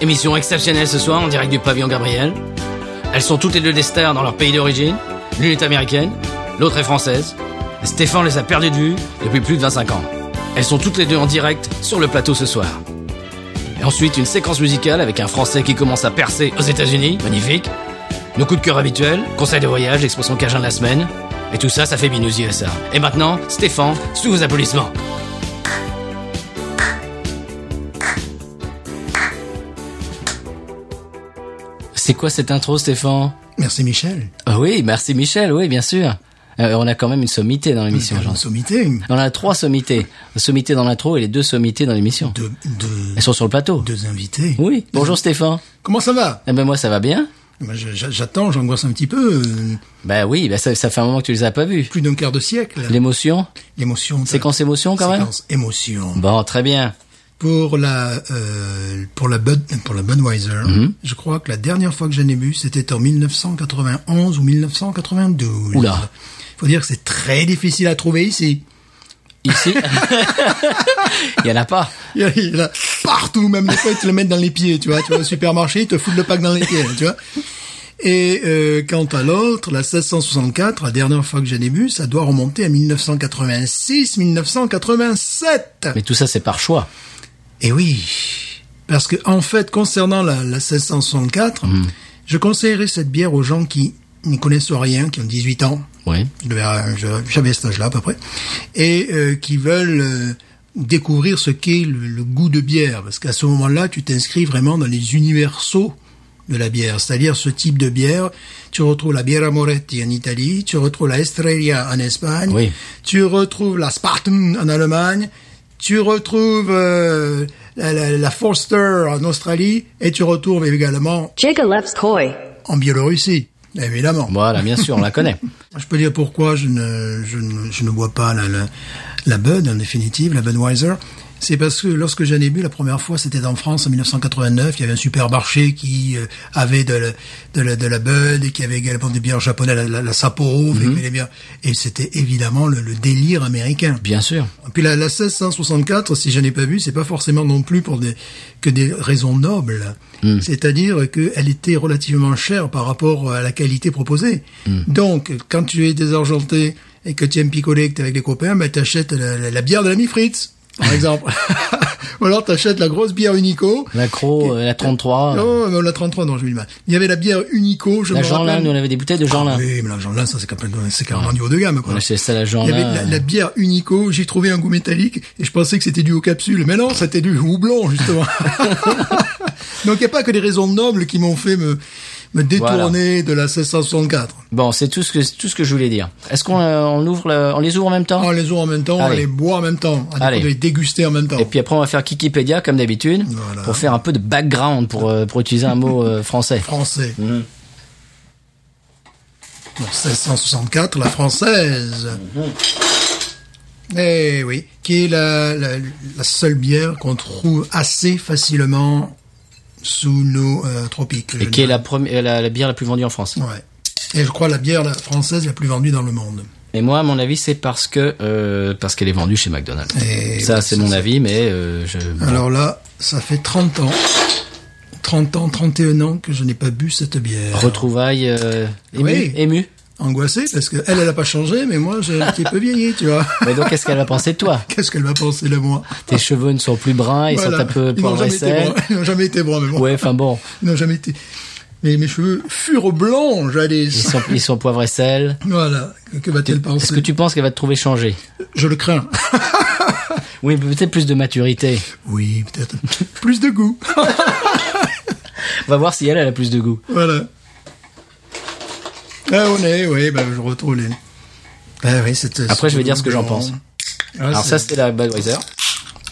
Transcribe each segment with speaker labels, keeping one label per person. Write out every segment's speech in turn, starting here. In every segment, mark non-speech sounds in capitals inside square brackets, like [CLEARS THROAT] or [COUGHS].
Speaker 1: Émission exceptionnelle ce soir en direct du pavillon Gabriel. Elles sont toutes les deux des stars dans leur pays d'origine. L'une est américaine, l'autre est française. Stéphane les a perdues de vue depuis plus de 25 ans. Elles sont toutes les deux en direct sur le plateau ce soir. Et ensuite, une séquence musicale avec un Français qui commence à percer aux États-Unis, magnifique. Nos coups de cœur habituels, conseils de voyage, expression cajun de la semaine. Et tout ça, ça fait Binous USA. Et maintenant, Stéphane, sous vos applaudissements. C'est quoi cette intro, Stéphane
Speaker 2: Merci Michel.
Speaker 1: Ah Oui, merci Michel, oui, bien sûr. Euh, on a quand même une sommité dans l'émission,
Speaker 2: Une
Speaker 1: j'en
Speaker 2: sommité.
Speaker 1: On a trois sommités. Le sommité dans l'intro et les deux sommités dans l'émission.
Speaker 2: Deux, deux,
Speaker 1: Elles sont sur le plateau.
Speaker 2: deux invités.
Speaker 1: Oui. Bonjour Stéphane.
Speaker 2: Comment ça va
Speaker 1: Eh ben moi ça va bien.
Speaker 2: Moi, je- j'a- J'attends, j'angoisse un petit peu. euh,
Speaker 1: Ben oui, ben ça, ça fait un moment que tu les as pas vus.
Speaker 2: Plus d'un quart de siècle.
Speaker 1: L'émotion
Speaker 2: L'émotion. de-
Speaker 1: Séquence émotion quand même
Speaker 2: Séquence émotion.
Speaker 1: Bon, très bien.
Speaker 2: Pour la, euh, pour la Bud, pour la Budweiser,
Speaker 1: Mhm.
Speaker 2: je crois que la dernière fois que j'en ai bu, c'était en 1991 ou 1992.
Speaker 1: Oula.
Speaker 2: Faut dire que c'est très difficile à trouver ici. [LAUGHS]
Speaker 1: Ici, il y en a pas.
Speaker 2: Il y a- il y en a partout, même des fois, ils te le mettent dans les pieds, tu vois. Tu vas au supermarché, ils te foutent le pack dans les pieds, tu vois. Et euh, quant à l'autre, la 1664, la dernière fois que j'en ai bu, ça doit remonter à 1986-1987.
Speaker 1: Mais tout ça c'est par choix.
Speaker 2: Et oui, parce que en fait, concernant la, la 1664, je conseillerais cette bière aux gens qui n'y connaissent rien, qui ont 18 ans,
Speaker 1: Oui.
Speaker 2: je devais, euh, je- j'avais cet âge-là à peu près, et euh, qui veulent euh, découvrir ce qu'est le, le goût de bière, parce qu'à ce moment-là, tu t'inscris vraiment dans les universaux de la bière, c'est-à-dire ce type de bière. Tu retrouves la bière Moretti en Italie, tu retrouves la Estrella en Espagne,
Speaker 1: Oui.
Speaker 2: tu retrouves la Spartan en Allemagne, tu retrouves euh, la, la, la Forster en Australie, et tu retrouves également
Speaker 3: Jigalevskoy.
Speaker 2: en Biélorussie, évidemment.
Speaker 1: Voilà, bien sûr, on la connaît.
Speaker 2: Je peux dire pourquoi je ne, je ne, je ne bois pas la, la, la Bud, en définitive, la Budweiser. C'est parce que lorsque j'en ai bu la première fois, c'était en France en 1989. Il y avait un supermarché qui euh, avait de la, de, la, de la Bud et qui avait également des bières japonaises, la, la, la Sapporo, fait que les bières- et c'était évidemment le, le délire américain.
Speaker 1: Bien sûr.
Speaker 2: Et Puis la, la 1664, si je n'ai pas vu, c'est pas forcément non plus pour des que des raisons nobles.
Speaker 1: Hmm.
Speaker 2: C'est-à-dire qu'elle était relativement chère par rapport à la qualité proposée.
Speaker 1: Hmm.
Speaker 2: Donc, quand tu es désargenté et que tu aimes picoler que t'es avec les copains, ben t'achètes la, la- la bière de l'ami Fritz,
Speaker 1: [LAUGHS]
Speaker 2: par exemple. [LAUGHS] Ou alors t'achètes la grosse bière Unico.
Speaker 1: La Cro, euh, la 33.
Speaker 2: Oh, non, la 33, non, je me dis mal. Il y avait la bière Unico, je
Speaker 1: la
Speaker 2: me
Speaker 1: Jeanlin,
Speaker 2: rappelle. Ah
Speaker 1: nous on avait des bouteilles de Jeanlin.
Speaker 2: Oui, mais la Jeanlin, ça c'est complètement- c'est carrément du haut de gamme. Quoi.
Speaker 1: Ouais, c'est ça, la
Speaker 2: Il y avait
Speaker 1: Jeanlin,
Speaker 2: de la,
Speaker 1: euh.
Speaker 2: la bière Unico, j'ai trouvé un goût métallique et je pensais que c'était dû aux capsules. Mais non, c'était du houblon,
Speaker 1: [LAUGHS]
Speaker 2: justement. Donc il n'y a pas que des raisons nobles qui m'ont fait me, me détourner de la 1664.
Speaker 1: Bon, c'est tout ce que tout ce que je voulais dire. Est-ce qu'on euh, on ouvre, le- on les ouvre en même temps
Speaker 2: On Ah, les ouvre en même temps, on
Speaker 1: Allez.
Speaker 2: les boit en même temps, on
Speaker 1: Allez.
Speaker 2: les déguster en même temps.
Speaker 1: Et puis après, on va faire Kikipédia, comme d'habitude,
Speaker 2: Voilà.
Speaker 1: pour faire un peu de background, pour, euh, pour utiliser un mot euh,
Speaker 2: [LAUGHS]
Speaker 1: français.
Speaker 2: Français. Hmm. Bon, 1664, la française.
Speaker 1: Hmm.
Speaker 2: Eh oui, qui est la, la- la seule bière qu'on trouve assez facilement sous nos euh, tropiques.
Speaker 1: Et qui est la, première, euh, la, la bière la plus vendue en France.
Speaker 2: Ouais. Et je crois la bière la française la plus vendue dans le monde.
Speaker 1: Et moi, à mon avis, c'est parce que euh, parce qu'elle est vendue chez McDonald's.
Speaker 2: Et
Speaker 1: ça,
Speaker 2: oui,
Speaker 1: c'est
Speaker 2: c'est Ah.
Speaker 1: mon
Speaker 2: ça.
Speaker 1: avis, mais euh, je...
Speaker 2: Alors là, ça fait 30 ans, 30 ans, 31 ans que je n'ai pas bu cette bière.
Speaker 1: retrouvailles euh, émues.
Speaker 2: Oui.
Speaker 1: émues.
Speaker 2: Angoissé parce que elle, elle a pas changé, mais moi, j'ai un petit peu vieilli,
Speaker 1: [LAUGHS]
Speaker 2: tu vois.
Speaker 1: Mais donc, qu'est-ce qu'elle va penser de toi
Speaker 2: Qu'est-ce qu'elle va penser de moi [LAUGHS]
Speaker 1: Tes cheveux ne sont plus bruns, Ah, ils sont
Speaker 2: Voilà.
Speaker 1: un peu
Speaker 2: Ils n'ont
Speaker 1: poivre et
Speaker 2: jamais été
Speaker 1: sel.
Speaker 2: bruns. [LAUGHS] Ils n'ont jamais été bruns, mais bon.
Speaker 1: Ouais, enfin bon,
Speaker 2: Ils n'ont jamais été. Mais mes cheveux furent blancs, j'allais.
Speaker 1: ils sont ils sont poivre et sel.
Speaker 2: Voilà. Que- Que va-t-elle
Speaker 1: Est-ce
Speaker 2: penser
Speaker 1: que tu penses qu'elle va te trouver changé
Speaker 2: Je le crains.
Speaker 1: Oui, mais peut-être plus de maturité.
Speaker 2: Oui, peut-être. Plus de goût. [LAUGHS]
Speaker 1: On va voir si elle, elle a plus de goût.
Speaker 2: Voilà. Là, on est, oui, bah, je retrouve les. Ah oui, c'est- c'est-
Speaker 1: Après, je vais dire ce que j'en pense.
Speaker 2: Ah,
Speaker 1: Alors
Speaker 2: c'est-
Speaker 1: ça, c'était la Budweiser.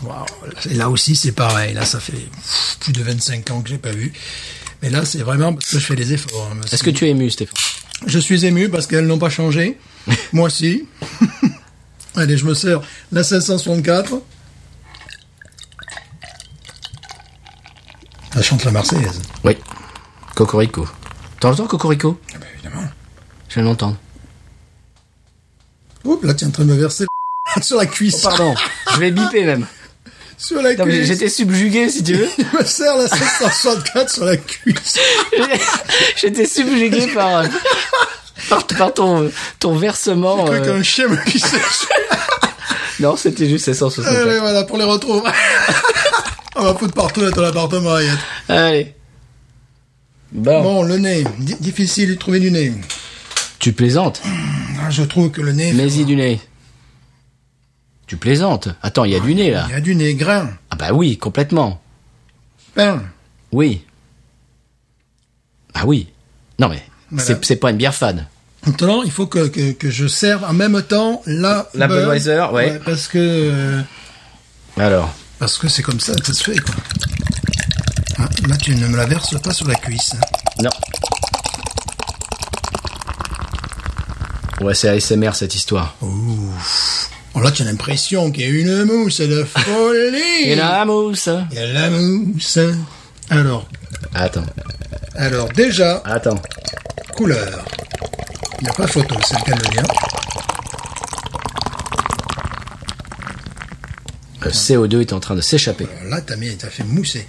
Speaker 2: Waouh. Et Là aussi, c'est pareil. Là, ça fait pff, plus de 25 ans que j'ai pas vu. Mais là, c'est vraiment parce que je fais des efforts. hein, parce
Speaker 1: Est-ce que tu es ému, Stéphane
Speaker 2: Je suis ému parce qu'elles n'ont pas changé. Moi aussi. [LAUGHS] Allez, je me sers la 1664. Ça Ah, chante la Marseillaise.
Speaker 1: Oui. Cocorico. T'entends Cocorico
Speaker 2: Ah bah, évidemment.
Speaker 1: Je vais l'entendre.
Speaker 2: Oups, là, tu es en train de me verser [LAUGHS] sur la cuisse.
Speaker 1: Oh, Pardon, je vais biper même.
Speaker 2: sur la
Speaker 1: Donc,
Speaker 2: cuisse.
Speaker 1: J'étais subjugué, si tu [LAUGHS] veux.
Speaker 2: Il me serre la 764 sur la cuisse.
Speaker 1: J'étais subjugué par, euh, par, par ton, ton versement.
Speaker 2: Quoi
Speaker 1: euh,
Speaker 2: qu'un chien me glisse.
Speaker 1: Non, c'était juste 764.
Speaker 2: Allez, voilà, pour les retrouver. [LAUGHS] On va foutre partout dans ton appartement, Ayette.
Speaker 1: Allez. Bon.
Speaker 2: Bon, le nez. Di- difficile de trouver du nez.
Speaker 1: Tu plaisantes.
Speaker 2: Ah, Je trouve que le nez...
Speaker 1: Mais y du nez. Tu plaisantes. Attends, il y a du nez là.
Speaker 2: Il y a du nez grain.
Speaker 1: Ah bah oui, complètement.
Speaker 2: Pain.
Speaker 1: Ben. Oui. Ah oui. Non mais
Speaker 2: Voilà.
Speaker 1: c'est c'est pas une bière fade.
Speaker 2: Maintenant, il faut que, que, que je serve en même temps la...
Speaker 1: La
Speaker 2: Bud-
Speaker 1: Budweiser, ouais.
Speaker 2: Parce que... euh,
Speaker 1: Alors,
Speaker 2: Parce que c'est comme ça que ça se fait, quoi. Ah, là, tu ne me la verses pas sur la cuisse.
Speaker 1: non. Ouais, c'est ASMR cette histoire.
Speaker 2: Oh là, tu as l'impression qu'il y a une mousse de
Speaker 1: [LAUGHS]
Speaker 2: folie.
Speaker 1: Et la mousse. hein.
Speaker 2: Il y a la mousse. Alors,
Speaker 1: Attends,
Speaker 2: alors déjà,
Speaker 1: attends.
Speaker 2: couleur. Il n'y a pas photo, c'est le cas de le dire.
Speaker 1: Le CO2 est en train de s'échapper.
Speaker 2: Alors Là, t'as mis, t'as fait mousser.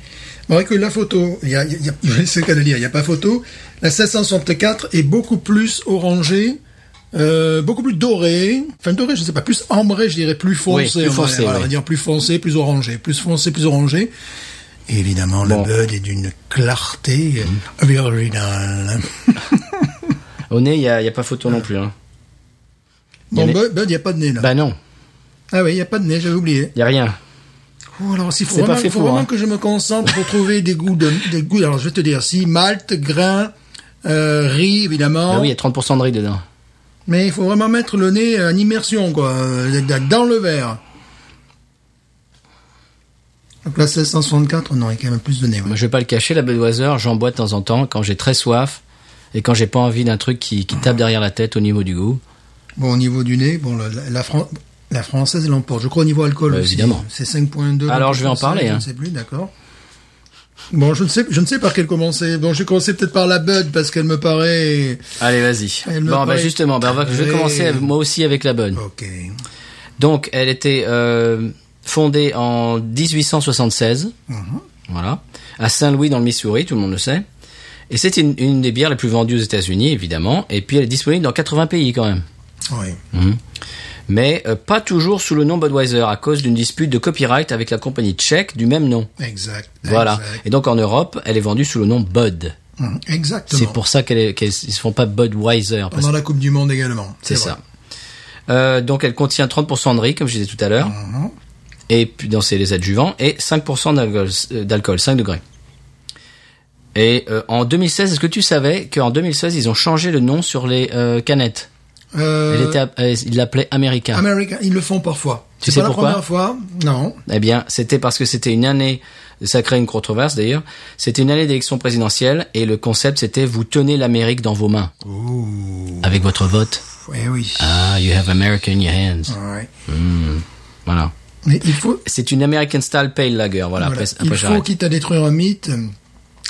Speaker 2: Bon, écoute, la photo, il y a, il y a- [LAUGHS] c'est le cas de le dire, il n'y a pas photo. La 764 est beaucoup plus orangée, euh, beaucoup plus dorée. Enfin, dorée, je ne sais pas, plus ambrée, je dirais, plus foncée.
Speaker 1: Oui, plus
Speaker 2: on va-
Speaker 1: foncée,
Speaker 2: voilà, on va
Speaker 1: oui.
Speaker 2: dire plus foncée, plus orangée, plus foncée, plus orangée. Et évidemment,
Speaker 1: Bon. Mm.
Speaker 2: le bud est d'une clarté euh, virginale.
Speaker 1: Au nez, il y a, il y a pas photo non plus. Hein.
Speaker 2: Bon,
Speaker 1: Il y en
Speaker 2: bud, bud, il n'y a pas de nez, là.
Speaker 1: Bah non,
Speaker 2: Ah oui, il n'y a pas de nez, j'avais oublié.
Speaker 1: il y a rien.
Speaker 2: Oh, alors, s'il faut
Speaker 1: C'est pas
Speaker 2: vraiment,
Speaker 1: fait
Speaker 2: faut
Speaker 1: pour,
Speaker 2: vraiment
Speaker 1: hein.
Speaker 2: que je me concentre pour trouver des goûts de, des goûts. Alors, je vais te dire, si malt, grain, euh, riz, évidemment.
Speaker 1: Ah oui, il y a 30% de riz dedans.
Speaker 2: Mais il faut vraiment mettre le nez en immersion, quoi, euh, d- dans le verre. Donc là, 1664, non, il y a quand même plus de nez. ouais.
Speaker 1: Moi, je vais pas le cacher, la Budweiser, j'en bois de temps en temps quand j'ai très soif et quand j'ai pas envie d'un truc qui, qui tape derrière la tête au niveau du goût.
Speaker 2: Bon, au niveau du nez, bon, la, la, la Fran- la française l'emporte. Je crois au niveau alcool.
Speaker 1: Bah,
Speaker 2: aussi.
Speaker 1: évidemment.
Speaker 2: C'est 5.2.
Speaker 1: Alors, je vais en
Speaker 2: Française,
Speaker 1: parler,
Speaker 2: Je ne
Speaker 1: hein.
Speaker 2: sais plus, d'accord. Bon, je ne sais, je ne sais par quelle commencer. Bon, je vais commencer peut-être par la Bud parce qu'elle me paraît.
Speaker 1: Allez, vas-y.
Speaker 2: Elle me
Speaker 1: Bon, bah
Speaker 2: paraît
Speaker 1: justement, bah, on va- je vais
Speaker 2: très- Oh.
Speaker 1: commencer avec- moi aussi avec la bonne.
Speaker 2: Ok.
Speaker 1: Donc, elle était euh, fondée en 1876,
Speaker 2: Mhm.
Speaker 1: voilà, à Saint-Louis dans le Missouri, tout le monde le sait. Et c'est une, une des bières les plus vendues aux États-Unis, évidemment. Et puis, elle est disponible dans 80 pays quand même.
Speaker 2: Oui.
Speaker 1: Mais euh, pas toujours sous le nom Budweiser, à cause d'une dispute de copyright avec la compagnie tchèque du même nom.
Speaker 2: Exact.
Speaker 1: Voilà.
Speaker 2: Exact.
Speaker 1: Et donc en Europe, elle est vendue sous le nom Bud.
Speaker 2: Mhm, Exactement.
Speaker 1: C'est pour ça qu'elle est- qu'elle- ils se font pas Budweiser. parce-
Speaker 2: Pendant la Coupe du Monde également.
Speaker 1: C'est
Speaker 2: vrai.
Speaker 1: ça. Euh, donc elle contient 30% de riz, comme je disais tout à l'heure,
Speaker 2: Mhm.
Speaker 1: et puis dans ses les adjuvants, et 5% d'alcool, euh, d'alcool, 5 degrés. Et euh, en 2016, est-ce que tu savais qu'en 2016, ils ont changé le nom sur les euh, canettes
Speaker 2: Euh,
Speaker 1: Elle était, app- euh, Ils l'appelaient America.
Speaker 2: Américain, ils le font parfois.
Speaker 1: Tu
Speaker 2: C'est
Speaker 1: sais
Speaker 2: pas
Speaker 1: pourquoi
Speaker 2: la première fois Non.
Speaker 1: Eh bien, c'était parce que c'était une année, ça crée une controverse d'ailleurs, c'était une année d'élection présidentielle et le concept c'était vous tenez l'Amérique dans vos mains. Avec votre vote.
Speaker 2: Eh oui.
Speaker 1: Ah, you have America in your hands.
Speaker 2: Ouais.
Speaker 1: Voilà.
Speaker 2: Mais il faut,
Speaker 1: C'est une American style pale lager, voilà.
Speaker 2: Voilà.
Speaker 1: Après, après
Speaker 2: il faut,
Speaker 1: j'arrête.
Speaker 2: quitte à détruire un mythe, euh,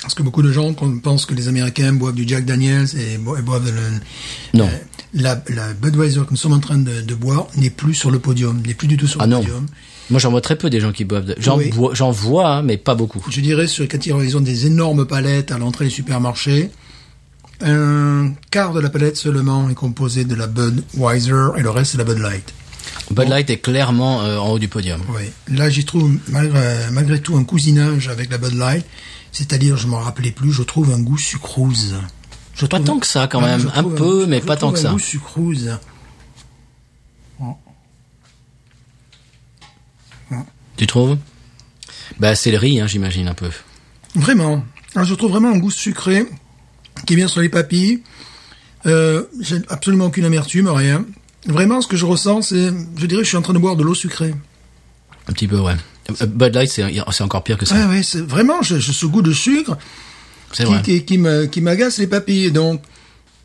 Speaker 2: parce que beaucoup de gens con- pensent que les Américains boivent du Jack Daniels et, bo- et boivent le...
Speaker 1: Non.
Speaker 2: euh, La, la Budweiser que nous sommes en train de, de boire n'est plus sur le podium, n'est plus du tout sur
Speaker 1: Ah
Speaker 2: le
Speaker 1: non.
Speaker 2: podium.
Speaker 1: Moi j'en vois très peu des gens qui boivent. de- J'en
Speaker 2: Oui.
Speaker 1: vois, j'en vois, hein, mais pas beaucoup.
Speaker 2: Je dirais sur quand ils ont des énormes palettes à l'entrée des supermarchés, un quart de la palette seulement est composée de la Budweiser et le reste c'est la Bud Light.
Speaker 1: Bud Light est clairement euh, en haut du podium.
Speaker 2: Oui. Là, j'y trouve malgré, malgré tout un cousinage avec la Bud Light, c'est-à-dire, je m'en rappelais plus, je trouve un goût sucrose. Je
Speaker 1: Pas
Speaker 2: trouve-
Speaker 1: tant que ça, quand
Speaker 2: Ah,
Speaker 1: même.
Speaker 2: je
Speaker 1: Un
Speaker 2: trouve
Speaker 1: peu, mais
Speaker 2: je
Speaker 1: pas tant
Speaker 2: trouve
Speaker 1: que
Speaker 2: un
Speaker 1: ça.
Speaker 2: goût sucrose.
Speaker 1: Tu trouves Bah c'est le riz, hein, j'imagine un peu.
Speaker 2: Vraiment. Alors, je trouve vraiment un goût sucré qui vient sur les papilles. Euh, j'ai absolument aucune amertume, rien. Vraiment, ce que je ressens, c'est, je dirais, que je suis en train de boire de l'eau sucrée.
Speaker 1: Un petit peu, ouais. Euh, Bud Light c'est c'est encore pire que ça.
Speaker 2: Ah oui, c'est vraiment, je, je- ce goût de sucre
Speaker 1: C'est
Speaker 2: qui,
Speaker 1: vrai.
Speaker 2: qui, qui me, qui m'agace les papilles. Donc,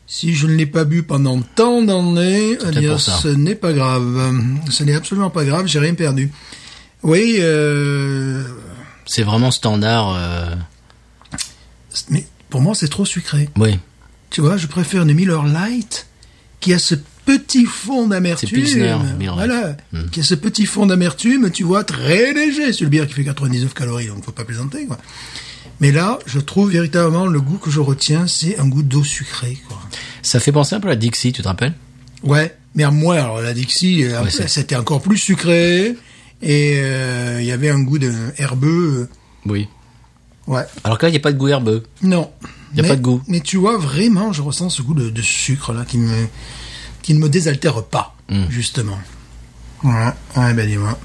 Speaker 2: si je ne l'ai pas bu pendant tant d'années, eh
Speaker 1: peut-être
Speaker 2: bien,
Speaker 1: pour ça.
Speaker 2: ce n'est pas grave. Ce n'est absolument pas grave, j'ai rien perdu. Oui, euh,
Speaker 1: C'est vraiment standard. euh,
Speaker 2: mais pour moi, c'est trop sucré.
Speaker 1: Oui.
Speaker 2: Tu vois, je préfère une Miller Light qui a ce petit fond
Speaker 1: C'est Pilsner, Miller
Speaker 2: d'amertume.
Speaker 1: Lite. Hmm.
Speaker 2: Voilà. Qui a ce petit fond d'amertume, tu vois, très léger. C'est le bière qui fait 99 calories, donc faut pas plaisanter, quoi. Mais là, je trouve véritablement le goût que je retiens, c'est un goût d'eau sucrée, quoi.
Speaker 1: Ça fait penser un peu à Dixie, tu te rappelles
Speaker 2: Ouais, mais à moi, alors la Dixie, euh,
Speaker 1: Ouais, c'est-
Speaker 2: c'était encore plus sucré et euh, il y avait un goût de herbeux.
Speaker 1: Oui.
Speaker 2: euh, Ouais,
Speaker 1: Alors que là, il n'y a pas de goût herbeux.
Speaker 2: non.
Speaker 1: Y a
Speaker 2: Mais-
Speaker 1: pas de goût.
Speaker 2: Mais tu vois, vraiment, je ressens ce goût de, de sucre là qui me qui ne me désaltère pas,
Speaker 1: Hmm.
Speaker 2: justement. Ouais, ouais, ben dis-moi.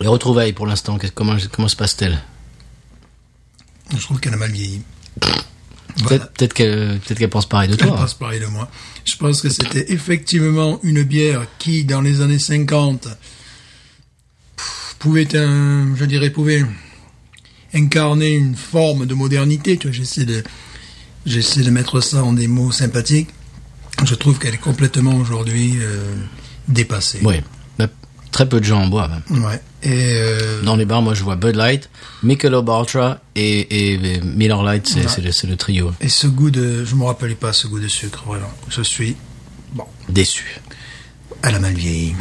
Speaker 1: Les retrouvailles, pour l'instant, qu'est- comment, comment se passe-t-elle
Speaker 2: Je trouve qu'elle a mal vieilli.
Speaker 1: Peut-être peut-être qu'elle peut qu'elle pense pareil de
Speaker 2: Elle
Speaker 1: toi.
Speaker 2: Bah. pense pareil de moi. Je pense que c'était effectivement une bière qui, dans les années 50, pff, pouvait, un, je dirais, pouvait incarner une forme de modernité. Tu vois, j'essaie de, j'essaie de mettre ça en des mots sympathiques. Je trouve qu'elle est complètement aujourd'hui euh, dépassée.
Speaker 1: Oui. Bah, très peu de gens en boivent. hein.
Speaker 2: Ouais. Et euh,
Speaker 1: Dans les bars, moi, je vois Bud Light, Michelob Ultra et, et- et Miller Light, c'est c'est le, c'est le trio.
Speaker 2: et ce goût de, je me rappelais pas ce goût de sucre vraiment. Je suis, bon,
Speaker 1: Déçu.
Speaker 2: elle a mal vieilli.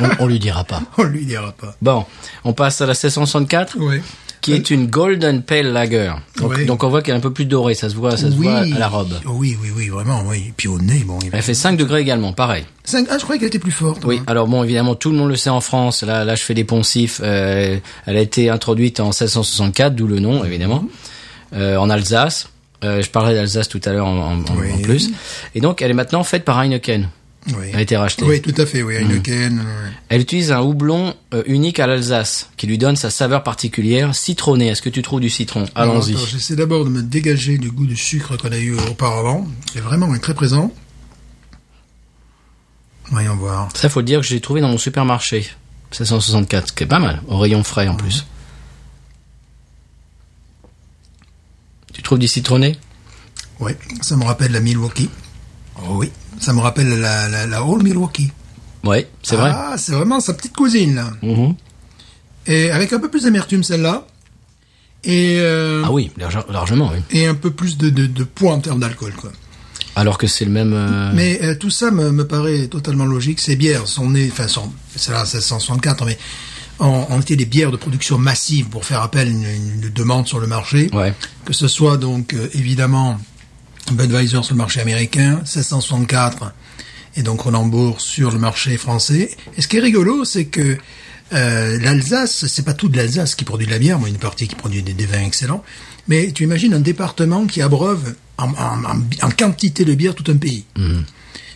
Speaker 1: On, on lui dira pas.
Speaker 2: [LAUGHS] On lui dira pas.
Speaker 1: Bon, on passe à la 1664,
Speaker 2: Ouais.
Speaker 1: qui est une Golden Pale Lager. Donc,
Speaker 2: Ouais.
Speaker 1: donc on voit qu'elle est un peu plus dorée, ça se voit, ça se voit à la robe.
Speaker 2: Oui, oui, oui, vraiment, oui. Et puis au nez, bon. Il...
Speaker 1: Elle fait 5 degrés également, pareil.
Speaker 2: Cinq- Ah, je croyais qu'elle était plus forte.
Speaker 1: Oui,
Speaker 2: moi.
Speaker 1: alors bon, évidemment, tout le monde le sait en France. Là, là je fais des poncifs. Euh, elle a été introduite en 1664, d'où le nom, évidemment, euh, en Alsace. Euh, je parlais d'Alsace tout à l'heure en, en- en-
Speaker 2: Oui.
Speaker 1: en plus. Et donc, elle est maintenant faite par Heineken.
Speaker 2: hein. Oui.
Speaker 1: Elle a été Mm. rachetée.
Speaker 2: Oui, tout à fait, oui. Heineken. euh,
Speaker 1: Elle utilise un houblon euh, unique à l'Alsace, qui lui donne sa saveur particulière, citronnée. Est-ce que tu trouves du citron Allons-y.
Speaker 2: Alors, J'essaie d'abord de me dégager du goût du sucre qu'on a eu auparavant. C'est vraiment très présent. Voyons voir.
Speaker 1: Ça, faut le dire que j'ai trouvé dans mon supermarché. 764, ce qui est pas mal, au rayon frais en plus. Tu trouves du citronné
Speaker 2: Oui, ça me rappelle la Milwaukee. Oh oui, ça me rappelle la, la, la Old Milwaukee.
Speaker 1: Ouais, c'est vrai.
Speaker 2: Ah, c'est vraiment sa petite cousine, là.
Speaker 1: Mhm.
Speaker 2: Et avec un peu plus d'amertume, celle-là. Et, euh,
Speaker 1: Ah oui, large- largement, oui.
Speaker 2: et un peu plus de, de, de poids en termes d'alcool, quoi.
Speaker 1: Alors que c'est le même... euh,
Speaker 2: Mais euh, tout ça me, me paraît totalement logique. Ces bières sont nées, enfin, sont, c'est là, 1664, mais ont, ont été des bières de production massive pour faire appel à une, une demande sur le marché.
Speaker 1: Ouais.
Speaker 2: Que ce soit donc euh, évidemment Budweiser sur le marché américain, 1664 et donc Ronambourg sur le marché français. Et ce qui est rigolo, c'est que euh, l'Alsace, c'est pas tout de l'Alsace qui produit de la bière, mais une partie qui produit des, des vins excellents. Mais tu imagines un département qui abreuve en, en- en- en quantité de bière tout un pays.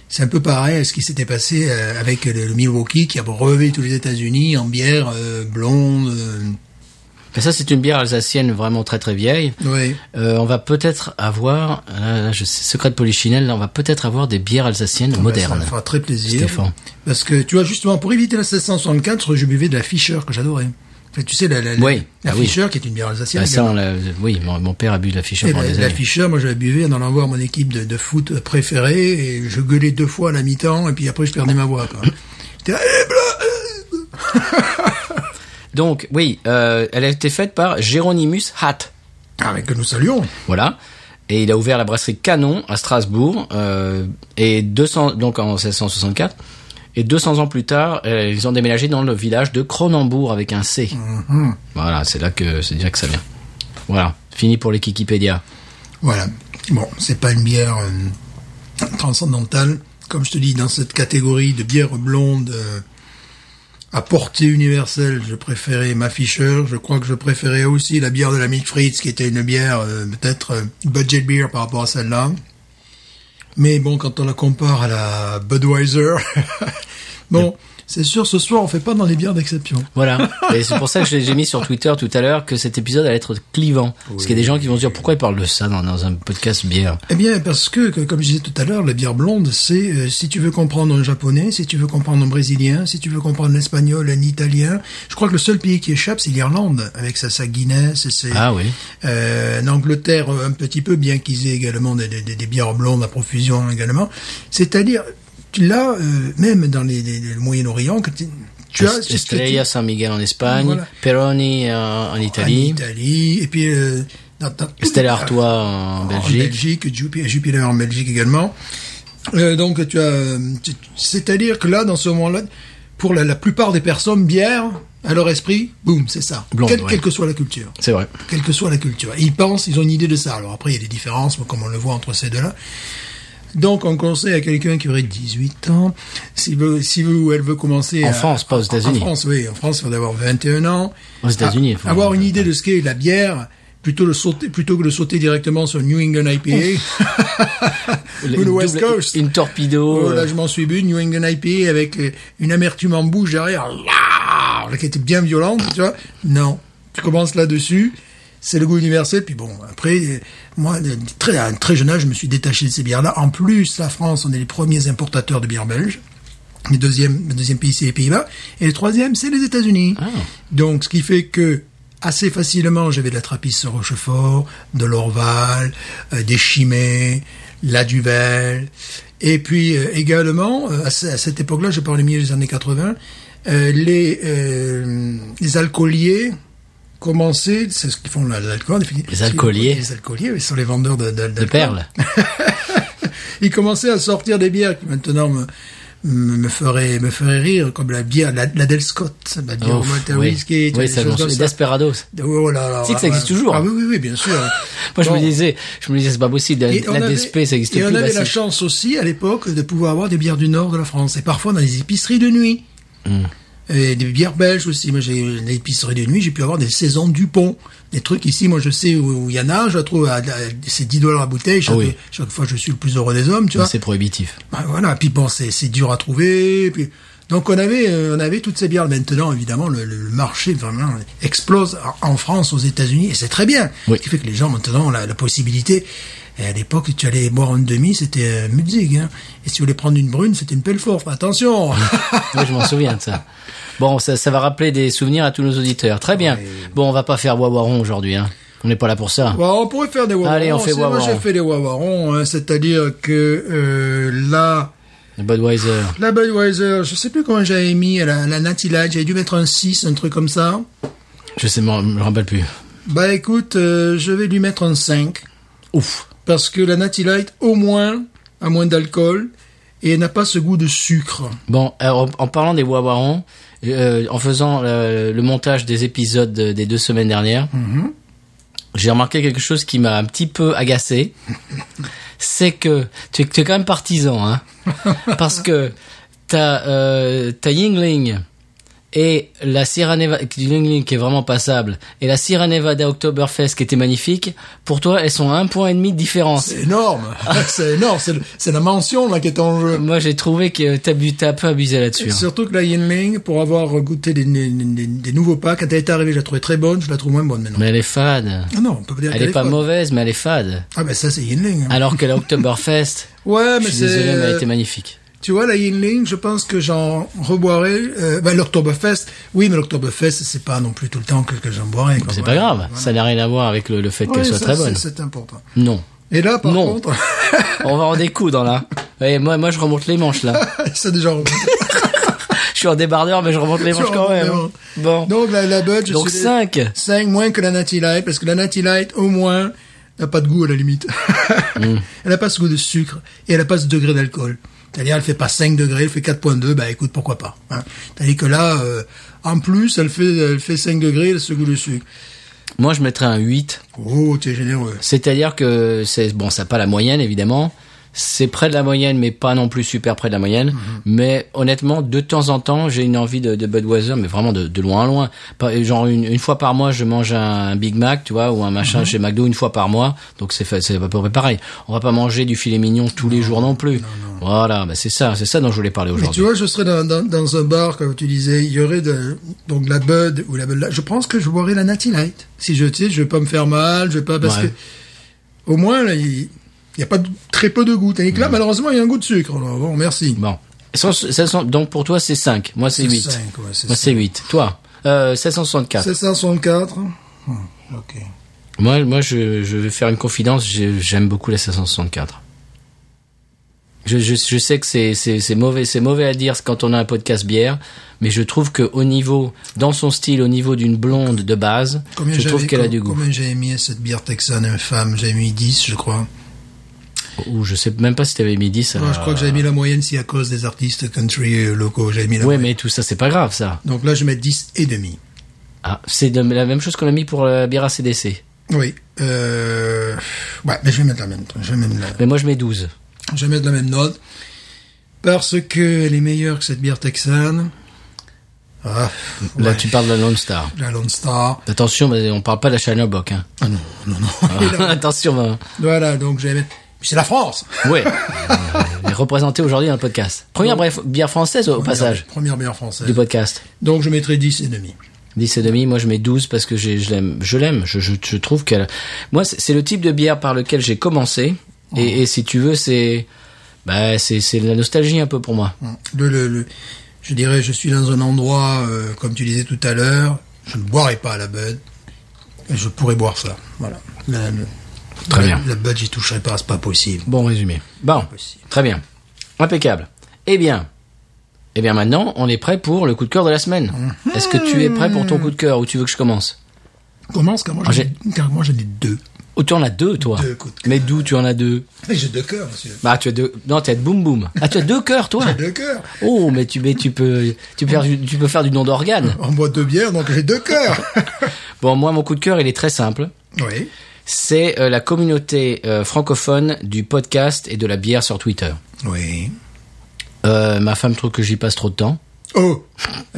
Speaker 2: C'est un peu pareil à ce qui s'était passé euh, avec le, le Milwaukee qui abreuvé tous les États-Unis en bière euh, blonde. euh,
Speaker 1: Mais ça, c'est une bière alsacienne vraiment très très vieille.
Speaker 2: ouais.
Speaker 1: Euh, on va peut-être avoir, euh, là, là, je sais, secret de polichinelle, là, on va peut-être avoir des bières alsaciennes
Speaker 2: Ah bah, Ça
Speaker 1: modernes.
Speaker 2: me fera très plaisir.
Speaker 1: Stéphane.
Speaker 2: Parce que, tu vois, justement, pour éviter la 1664, je buvais de la Fischer que j'adorais. Enfin, tu sais, la, la, la-
Speaker 1: Oui,
Speaker 2: la
Speaker 1: ah oui.
Speaker 2: Fischer qui est une bière alsacienne.
Speaker 1: Bah, ça, on l'a- oui, mon, mon père a bu de la fiche
Speaker 2: Et
Speaker 1: pendant
Speaker 2: la,
Speaker 1: des
Speaker 2: Eh ben, la
Speaker 1: années.
Speaker 2: Fischer, moi, je la buvais en allant voir mon équipe de, de foot préférée et je gueulais deux fois à la mi-temps et puis après, je perdais ma voix, quoi. J'étais, Eh, bleu
Speaker 1: Donc, oui, euh, elle a été faite par Géronimus Hatt.
Speaker 2: Ah, mais que nous saluons.
Speaker 1: Voilà. Et il a ouvert la brasserie Canon à Strasbourg, euh, et 200, donc en 1664. Et 200 ans plus tard, euh, ils ont déménagé dans le village de Cronenbourg avec un C.
Speaker 2: Mm. Mhm.
Speaker 1: Voilà, c'est là que c'est dire que ça vient. Voilà, fini pour les Kikipédia.
Speaker 2: Voilà. Bon, c'est pas une bière euh, transcendantale. Comme je te dis, dans cette catégorie de bière blonde euh, à portée universelle, je préférais ma Fischer. Je crois que je préférais aussi la bière de la Fritz, qui était une bière euh, peut-être euh, budget beer par rapport à celle-là. Mais bon, quand on la compare à la Budweiser, [LAUGHS] bon, c'est sûr, ce soir, on fait pas dans les bières d'exception.
Speaker 1: Voilà. Et c'est pour ça que j'ai j'ai mis sur Twitter tout à l'heure que cet épisode allait être clivant. Parce qu'il y a des gens qui vont se dire pourquoi ils parlent de ça dans, dans un podcast bière.
Speaker 2: Eh bien, parce que, que- comme je disais tout à l'heure, la bière blonde, c'est euh, si tu veux comprendre un japonais, si tu veux comprendre un brésilien, si tu veux comprendre l'espagnol, un italien. Je crois que le seul pays qui échappe, c'est l'Irlande, avec sa, sa Guinness, et ses,
Speaker 1: Ah oui.
Speaker 2: euh, l'Angleterre euh, un petit peu, bien qu'ils aient également des, des- des- des bières blondes à profusion également. C'est-à-dire, tu- là, euh, même dans les, les- les- le Moyen-Orient, que tu, tu as... tu- tu-
Speaker 1: Estrella San Miguel en Espagne,
Speaker 2: Voilà.
Speaker 1: Peroni euh, en Italie,
Speaker 2: En Italie, et puis... euh, dans- dans-
Speaker 1: Stella Artois en
Speaker 2: En
Speaker 1: Belgique.
Speaker 2: Belgique, Jupi- Jupiler en Belgique également. Euh, donc tu as, euh, tu- tu- c'est-à-dire que là, dans ce moment-là, pour la, la plupart des personnes, bière à leur esprit, boum, c'est ça.
Speaker 1: Blonde,
Speaker 2: quelle,
Speaker 1: ouais.
Speaker 2: quelle que soit la culture,
Speaker 1: C'est vrai.
Speaker 2: quelle que soit la culture, Et ils pensent, ils ont une idée de ça. Alors après, il y a des différences, comme on le voit entre ces deux-là. Donc, on conseille à quelqu'un qui aurait 18 ans, s'il veut, s'il veut ou elle veut commencer
Speaker 1: En
Speaker 2: à-
Speaker 1: France, pas aux États-Unis.
Speaker 2: euh, En France, oui, en France, il faut d'avoir 21 ans.
Speaker 1: Aux États-Unis, il faut-
Speaker 2: Ah, Avoir une idée de ce qu'est la bière, plutôt le sauter, plutôt que de sauter directement sur New England IPA [LAUGHS] ou le
Speaker 1: Une
Speaker 2: West
Speaker 1: double-
Speaker 2: Coast.
Speaker 1: Une torpedo.
Speaker 2: Oh,
Speaker 1: euh,
Speaker 2: là, je m'en suis bu, New England IPA avec euh, une amertume en bouche derrière, là, qui était bien violente, tu vois. Non, tu commences là-dessus, c'est le goût universel. Puis bon, après, euh, moi, de- très, à un très jeune âge, je me suis détaché de ces bières-là. En plus, la France, on est les premiers importateurs de bières belges. Le deuxième, le deuxième pays, c'est les Pays-Bas. Et le troisième, c'est les États-Unis.
Speaker 1: Ah.
Speaker 2: Donc, ce qui fait que assez facilement, j'avais de la Trappiste sur Rochefort, de l'Orval, euh, des Chimay, la Duvel. Et puis euh, également, euh, à, ce- à cette époque-là, je parle milieu des années 80, euh, les, euh, les alcooliers commençaient, c'est ce qu'ils font là, les alcools.
Speaker 1: Les alcooliers.
Speaker 2: Les alcooliers, ils sont les vendeurs de, de,
Speaker 1: de
Speaker 2: d'alcool.
Speaker 1: perles.
Speaker 2: Il commençait à sortir des bières qui maintenant me, me, me feraient me ferait rire, comme la bière, la, la Del Scott, la bière au
Speaker 1: Ah, Ouf,
Speaker 2: malt à
Speaker 1: oui.
Speaker 2: whisky, tu vois,
Speaker 1: Oui,
Speaker 2: des
Speaker 1: ça,
Speaker 2: choses
Speaker 1: j'en
Speaker 2: comme
Speaker 1: suis-
Speaker 2: ça.
Speaker 1: Desperados.
Speaker 2: Oh là là,
Speaker 1: Tu sais que ça
Speaker 2: ouais.
Speaker 1: existe toujours,
Speaker 2: Ah
Speaker 1: hein.
Speaker 2: oui, oui, oui, bien
Speaker 1: [LAUGHS]
Speaker 2: sûr.
Speaker 1: Moi, je me
Speaker 2: Bon.
Speaker 1: disais, je me disais, c'est pas possible. La,
Speaker 2: Et on
Speaker 1: la
Speaker 2: avait-
Speaker 1: DSP, ça existe
Speaker 2: et
Speaker 1: plus.
Speaker 2: on
Speaker 1: bah,
Speaker 2: avait la
Speaker 1: c'est-
Speaker 2: chance aussi, à l'époque, de pouvoir avoir des bières du nord de la France. Et parfois dans les épiceries de nuit.
Speaker 1: Hmm.
Speaker 2: Et des bières belges aussi. Moi, j'ai une épicerie de nuit, j'ai pu avoir des saisons Dupont. Des trucs ici, moi, je sais où où il y en a. Je la trouve à, à- c'est 10 dollars la bouteille. Chaque,
Speaker 1: Ah oui.
Speaker 2: chaque fois, je suis le plus heureux des hommes, tu
Speaker 1: bah,
Speaker 2: vois.
Speaker 1: c'est prohibitif.
Speaker 2: Bah, voilà. Puis bon, c'est, c'est dur à trouver. Puis, donc, on avait, euh, on avait toutes ces bières. Maintenant, évidemment, le, le marché vraiment explose en en France, aux États-Unis, et c'est très bien.
Speaker 1: Oui.
Speaker 2: Ce qui fait que les gens maintenant ont la, la possibilité. Et à l'époque, tu allais boire une demi, c'était euh, Mutzig, hein. Et si tu voulais prendre une brune, c'était une Pelfort. Attention. [LAUGHS]
Speaker 1: Moi, je m'en souviens de ça. Bon, ça, ça va rappeler des souvenirs à tous nos auditeurs. Très bien. Bon, on va pas faire Wawaron aujourd'hui, hein. On n'est pas là pour ça.
Speaker 2: Ouais, on pourrait faire des wawarons.
Speaker 1: Allez, on fait
Speaker 2: C'est- Moi,
Speaker 1: wawarons.
Speaker 2: j'ai fait des wawarons, hein, c'est-à-dire que euh, là,
Speaker 1: Le Budweiser.
Speaker 2: la Budweiser, je sais plus comment j'avais mis, la, la Natty Light, j'avais dû mettre un 6, un truc comme ça.
Speaker 1: Je sais, m'en- je me rappelle plus.
Speaker 2: Bah écoute, euh, je vais lui mettre un 5. Ouf. Parce que la Natty Light, au moins, a moins d'alcool et elle n'a pas ce goût de sucre.
Speaker 1: Bon, alors, en parlant des Wawarons, euh, en faisant euh, le montage des épisodes de- des deux semaines dernières, j'ai remarqué quelque chose qui m'a un petit peu agacé. C'est que tu es, tu es quand même partisan, hein, parce que t'as euh, t'as Yingling et la Sierra Nevada Yingling qui est vraiment passable et la Sierra Nevada Oktoberfest qui était magnifique. Pour toi, elles sont à un point et demi de différence.
Speaker 2: C'est énorme. [LAUGHS] c'est énorme. C'est le- C'est la mention là qui est en jeu.
Speaker 1: Moi, j'ai trouvé que t'as bu- t'as un peu abusé là-dessus. hein.
Speaker 2: Surtout que la Yinling, pour avoir goûté des, des- des- des nouveaux packs, quand elle est arrivée, je la trouvais très bonne, je la trouve moins bonne maintenant.
Speaker 1: Mais elle est fade.
Speaker 2: Ah non, on peut pas dire
Speaker 1: Elle
Speaker 2: qu'elle
Speaker 1: est pas
Speaker 2: bonne.
Speaker 1: mauvaise, mais elle est fade.
Speaker 2: Ah ben ça c'est Yinling. hein.
Speaker 1: Alors que la
Speaker 2: [LAUGHS]
Speaker 1: Oktoberfest,
Speaker 2: ouais,
Speaker 1: je
Speaker 2: Ah, mais
Speaker 1: suis désolé, mais elle
Speaker 2: c'est... euh,
Speaker 1: était magnifique.
Speaker 2: Tu vois, la Yinling, je pense que j'en reboirai. Euh, ben, l'Octoberfest, oui, mais l'Octoberfest, c'est pas non plus tout le temps que, que j'en boirai. quoi.
Speaker 1: C'est pas
Speaker 2: Voilà.
Speaker 1: grave,
Speaker 2: Ah Voilà.
Speaker 1: ça n'a rien à voir avec le, le fait
Speaker 2: Ouais,
Speaker 1: qu'elle soit
Speaker 2: ça,
Speaker 1: très
Speaker 2: c'est-
Speaker 1: bonne.
Speaker 2: C'est important.
Speaker 1: Non.
Speaker 2: Et là, par
Speaker 1: Non.
Speaker 2: contre, [LAUGHS]
Speaker 1: On va en découdre là. Ouais, moi, moi je remonte les manches là.
Speaker 2: c'est déjà remonté.
Speaker 1: Je suis en débardeur, mais je remonte
Speaker 2: [LAUGHS]
Speaker 1: les
Speaker 2: Tu
Speaker 1: manches quand
Speaker 2: remontes les
Speaker 1: même. hein.
Speaker 2: manches.
Speaker 1: Bon.
Speaker 2: hein. Donc, la, la Bud, je
Speaker 1: Donc
Speaker 2: suis
Speaker 1: 5.
Speaker 2: 5 moins que la Natty Light, parce que la Natty Light, au moins, n'a pas de goût à la limite. [LAUGHS]
Speaker 1: Mm.
Speaker 2: Elle n'a pas ce goût de sucre et elle n'a pas ce degré d'alcool. C'est-à-dire, elle fait pas 5 degrés, elle fait 4.2, bah écoute, pourquoi pas. Hein. C'est-à-dire que là, euh, en plus, elle fait, elle fait 5 degrés, elle a ce goût de sucre.
Speaker 1: Moi je mettrais un 8.
Speaker 2: Oh, t'es généreux.
Speaker 1: C'est-à-dire que c'est bon, c'est pas la moyenne évidemment. C'est près de la moyenne, mais pas non plus super près de la moyenne.
Speaker 2: Mhm.
Speaker 1: Mais honnêtement, de temps en temps, j'ai une envie de, de Budweiser, mais vraiment de, de loin en loin. Pas- Genre une, une fois par mois, je mange un Big Mac, tu vois, ou un
Speaker 2: Mhm.
Speaker 1: machin chez McDo une fois par mois. Donc c'est fait- c'est à peu près pareil. On va pas manger du filet mignon tous les jours non plus. Voilà, bah c'est ça, c'est ça dont je voulais parler
Speaker 2: Mais tu
Speaker 1: aujourd'hui.
Speaker 2: vois, je serais dans, dans, dans un bar, comme tu disais, il y aurait de, donc la Bud ou la Bud Light. Je pense que je boirais la Natty Light. Si je, tu sais, je vais pas me faire mal, je vais pas, parce
Speaker 1: Ouais.
Speaker 2: que, au moins, là, il il y a pas de- très peu de goût. Tandis que là, malheureusement, il y a un goût de sucre. Alors, bon, merci.
Speaker 1: Bon, Cent- ça sent- donc pour toi c'est 5, moi Bah, c'est Bah,
Speaker 2: C'est
Speaker 1: 8.
Speaker 2: cinq, ouais, c'est
Speaker 1: moi c'est 8. Toi, euh, 764.
Speaker 2: 764. Hmm, ok.
Speaker 1: Moi, moi je, je vais faire une confidence, j'ai- j'aime beaucoup la 564. Je, je, je sais que c'est c'est- c'est mauvais, c'est mauvais à dire quand on a un podcast bière, mais je trouve que au niveau, dans son style, au niveau d'une blonde de base,
Speaker 2: Combien
Speaker 1: je trouve
Speaker 2: j'avais-
Speaker 1: qu'elle a du goût.
Speaker 2: Combien j'ai mis à cette bière texane infâme? J'ai mis 10, je crois.
Speaker 1: ou je sais même pas si tu avais mis euh, 10. à
Speaker 2: Non,
Speaker 1: la-
Speaker 2: je crois que j'avais mis la moyenne, si à cause des artistes country euh, locaux, j'avais mis la
Speaker 1: Ouais,
Speaker 2: moyenne.
Speaker 1: mais tout ça, c'est pas grave, ça.
Speaker 2: Donc là, je mets 10 et demi.
Speaker 1: Ah, c'est de- la même chose qu'on a mis pour la bière ACDC.
Speaker 2: Oui. Euh... Ouais, mais je vais mettre la même. Je vais, mettre la...
Speaker 1: Mais moi, je mets 12.
Speaker 2: je vais mettre la même note. Parce que elle est meilleure que cette bière texane. Ah,
Speaker 1: Là,
Speaker 2: ouais,
Speaker 1: tu parles de la Lone Star.
Speaker 2: La Lone Star.
Speaker 1: Attention, mais on parle pas de la Chanobock. Hein.
Speaker 2: Ah non, non, non.
Speaker 1: [LAUGHS] Attention, hein.
Speaker 2: Voilà, donc je vais mettre... Mais C'est la France
Speaker 1: ouais. [LAUGHS] Elle est représentée aujourd'hui dans le podcast. Première bref- bière française, au passage,
Speaker 2: Première bière
Speaker 1: du
Speaker 2: française.
Speaker 1: podcast.
Speaker 2: Donc je mettrai 10 et demi.
Speaker 1: 10 et demi, moi je mets 12 parce que j'ai- je l'aime, je l'aime, je, je, je trouve qu'elle, moi c'est c'est le type de bière par lequel j'ai commencé
Speaker 2: Oh.
Speaker 1: et, et si tu veux c'est, bah c'est c'est de la nostalgie un peu pour moi.
Speaker 2: Le, le, le- je dirais, je suis dans un endroit, euh, comme tu disais tout à l'heure, je ne boirai pas la Bud. Et je pourrais boire ça. Voilà. La- le-
Speaker 1: Très
Speaker 2: la-
Speaker 1: bien.
Speaker 2: La Bud, j'y toucherai pas, c'est pas possible.
Speaker 1: Bon résumé. Bon,
Speaker 2: Possible.
Speaker 1: très bien, impeccable. Eh bien, eh bien maintenant on est prêt pour le coup de cœur de la semaine.
Speaker 2: Mhm.
Speaker 1: Est-ce que tu es prêt pour ton coup de cœur ou tu veux que je commence
Speaker 2: Commence, car moi
Speaker 1: Ah,
Speaker 2: j'en ai,
Speaker 1: j'ai-
Speaker 2: car moi, j'en ai deux.
Speaker 1: Oh tu en as deux toi.
Speaker 2: Deux coups de cœur.
Speaker 1: Mais d'où tu en as deux
Speaker 2: Et J'ai deux cœurs, monsieur.
Speaker 1: Bah tu as deux, non tu as boum boum. Ah tu as deux cœurs toi.
Speaker 2: J'ai deux cœurs.
Speaker 1: Oh mais tu mais tu peux tu peux faire du- tu peux faire du don d'organe.
Speaker 2: On boit deux bières, donc j'ai deux cœurs.
Speaker 1: Bon, moi, mon coup de cœur, il est très simple.
Speaker 2: oui.
Speaker 1: C'est euh, la communauté euh, francophone du podcast et de la bière sur Twitter.
Speaker 2: Oui.
Speaker 1: Euh, ma femme trouve que j'y passe trop de temps.
Speaker 2: Oh,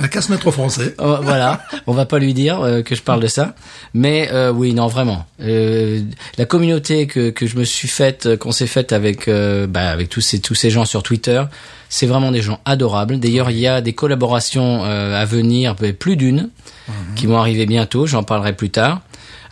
Speaker 2: elle casse mettre au français.
Speaker 1: Oh, voilà, on va pas lui dire euh, que je parle de ça. Mais euh, oui, non, vraiment. Euh, la communauté que, que je me suis faite, euh, qu'on s'est faite avec, euh, bah, avec tous ces, tous ces gens sur Twitter, c'est vraiment des gens adorables. D'ailleurs, il y a des collaborations euh, à venir, mais plus d'une,
Speaker 2: Mhm.
Speaker 1: qui vont arriver bientôt, j'en parlerai plus tard.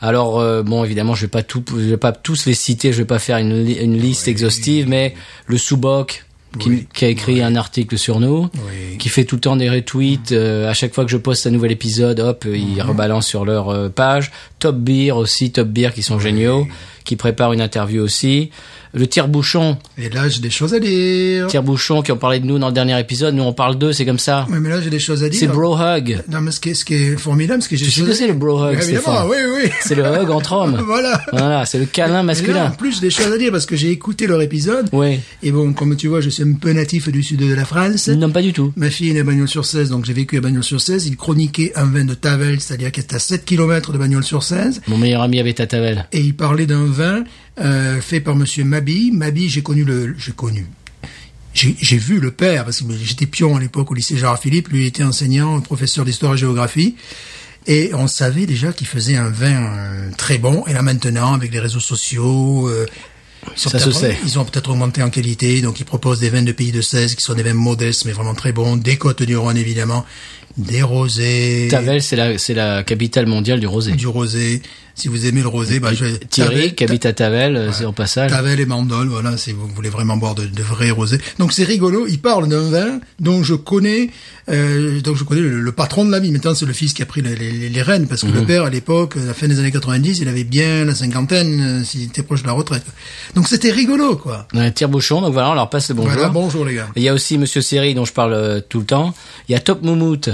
Speaker 1: Alors euh, bon, évidemment, je vais pas tout, je vais pas tous les citer, je vais pas faire une, li- une liste exhaustive, mais le Soubok qui,
Speaker 2: Oui.
Speaker 1: qui a écrit un article sur nous,
Speaker 2: Oui.
Speaker 1: qui fait tout le temps des retweets. euh, à chaque fois que je poste un nouvel épisode, hop, euh,
Speaker 2: Mhm.
Speaker 1: ils rebalancent sur leur euh, page. Top Beer aussi, Top Beer qui sont géniaux, qui préparent une interview aussi. Le tire-bouchon,
Speaker 2: Et là, j'ai des choses à dire.
Speaker 1: tire-bouchon qui ont parlé de nous dans le dernier épisode. Nous on parle d'eux, c'est comme ça.
Speaker 2: Oui, Euh, mais là, j'ai des choses à dire.
Speaker 1: C'est Bro Hug.
Speaker 2: Non, mais ce qui est, ce qui est formidable, ce que j'ai des
Speaker 1: Tu sais
Speaker 2: choses
Speaker 1: que
Speaker 2: à
Speaker 1: c'est le bro hug,
Speaker 2: Oui,
Speaker 1: Stéphane.
Speaker 2: Évidemment, oui, oui. [LAUGHS]
Speaker 1: C'est le hug entre hommes.
Speaker 2: Voilà.
Speaker 1: Voilà, c'est le câlin
Speaker 2: Et là, en
Speaker 1: masculin.
Speaker 2: plus, j'ai des choses à dire parce que j'ai écouté leur épisode.
Speaker 1: Oui.
Speaker 2: Et bon, comme tu vois, je suis un peu natif du sud de la France.
Speaker 1: Non, pas du tout.
Speaker 2: Ma fille est née à Bagnols-sur-Cèze, donc j'ai vécu à Bagnols-sur-Cèze. Il chroniquait un vin de Tavel, c'est-à-dire qui est à 7 km de Bagnols-sur-Cèze.
Speaker 1: Mon meilleur ami avait Tatavel.
Speaker 2: Et il parlait d'un vin euh, fait par Monsieur Mabi. Mabi, j'ai connu le... J'ai connu. J'ai j'ai vu le père, parce que j'étais pion à l'époque au lycée Gérard-Philippe. Lui il était enseignant, professeur d'histoire et géographie. Et on savait déjà qu'il faisait un vin euh, très bon. Et là maintenant, avec les réseaux sociaux... euh, ils sont
Speaker 1: Ça se
Speaker 2: peut-être-
Speaker 1: sait.
Speaker 2: Ils ont peut-être augmenté en qualité, donc ils proposent des vins de pays de 16 qui sont des vins modestes mais vraiment très bons, des côtes du Rhône évidemment, des rosés,
Speaker 1: Tavel, c'est la, c'est la capitale mondiale du rosé.
Speaker 2: du rosé. Si vous aimez le rosé, bah, je vais...
Speaker 1: Thierry,
Speaker 2: Tavel-
Speaker 1: qui habite à Tavel, euh, c'est au passage.
Speaker 2: Tavel et Mandol, voilà, si vous voulez vraiment boire de, de vrais rosés. Donc c'est rigolo, il parle d'un vin dont je connais, euh, donc je connais le, le patron de l'ami. Maintenant c'est le fils qui a pris les, les- les rênes parce que
Speaker 1: Mhm.
Speaker 2: le père à l'époque, à la fin des années 90, il avait bien la cinquantaine, euh, s'il était proche de la retraite. Donc c'était rigolo quoi.
Speaker 1: On a un tire-bouchon, donc voilà, on leur passe le bonjour.
Speaker 2: Voilà, bonjour les gars.
Speaker 1: Il y a aussi Monsieur Seri, dont je parle euh, tout le temps. Il y a Top
Speaker 2: [LAUGHS]
Speaker 1: Moumout,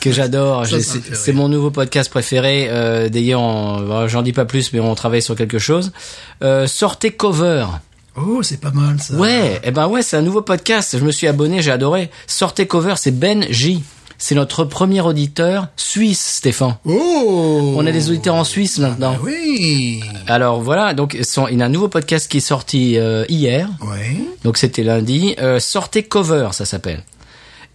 Speaker 1: que j'adore.
Speaker 2: Ça,
Speaker 1: J'ai-
Speaker 2: ça me fait
Speaker 1: C'est
Speaker 2: rire.
Speaker 1: c'est mon nouveau podcast préféré. Euh, D'ailleurs, on- bon, j'en dis pas plus, mais on travaille sur quelque chose. Euh, sortez Cover.
Speaker 2: Oh, c'est pas mal ça.
Speaker 1: Ouais, eh ben ouais, c'est un nouveau podcast. Je me suis abonné, j'ai adoré. Sortez Cover, c'est Ben J. C'est notre premier auditeur suisse, Stéphane.
Speaker 2: Oh. Ah
Speaker 1: On a des auditeurs en Suisse maintenant.
Speaker 2: Oui.
Speaker 1: Alors voilà, donc son- il y a un nouveau podcast qui est sorti euh, hier,
Speaker 2: Oui.
Speaker 1: donc c'était lundi. Euh, Sortez Cover, ça s'appelle.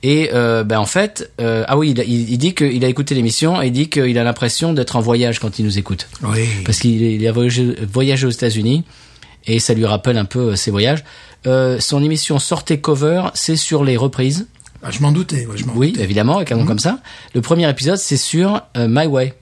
Speaker 1: Et euh, ben en fait, euh, ah oui, il, a- il- il dit qu'il a écouté l'émission et il dit qu'il a l'impression d'être en voyage quand il nous écoute,
Speaker 2: Oui.
Speaker 1: parce qu'il est- il a voyagé, voyagé aux États-Unis et ça lui rappelle un peu euh, ses voyages. Euh, son émission Sortez Cover, c'est sur les reprises.
Speaker 2: Ah, je m'en doutais. Ouais, je m'en
Speaker 1: Oui,
Speaker 2: doutais.
Speaker 1: évidemment, avec un nom comme ça. Le premier épisode, c'est sur euh, My Way.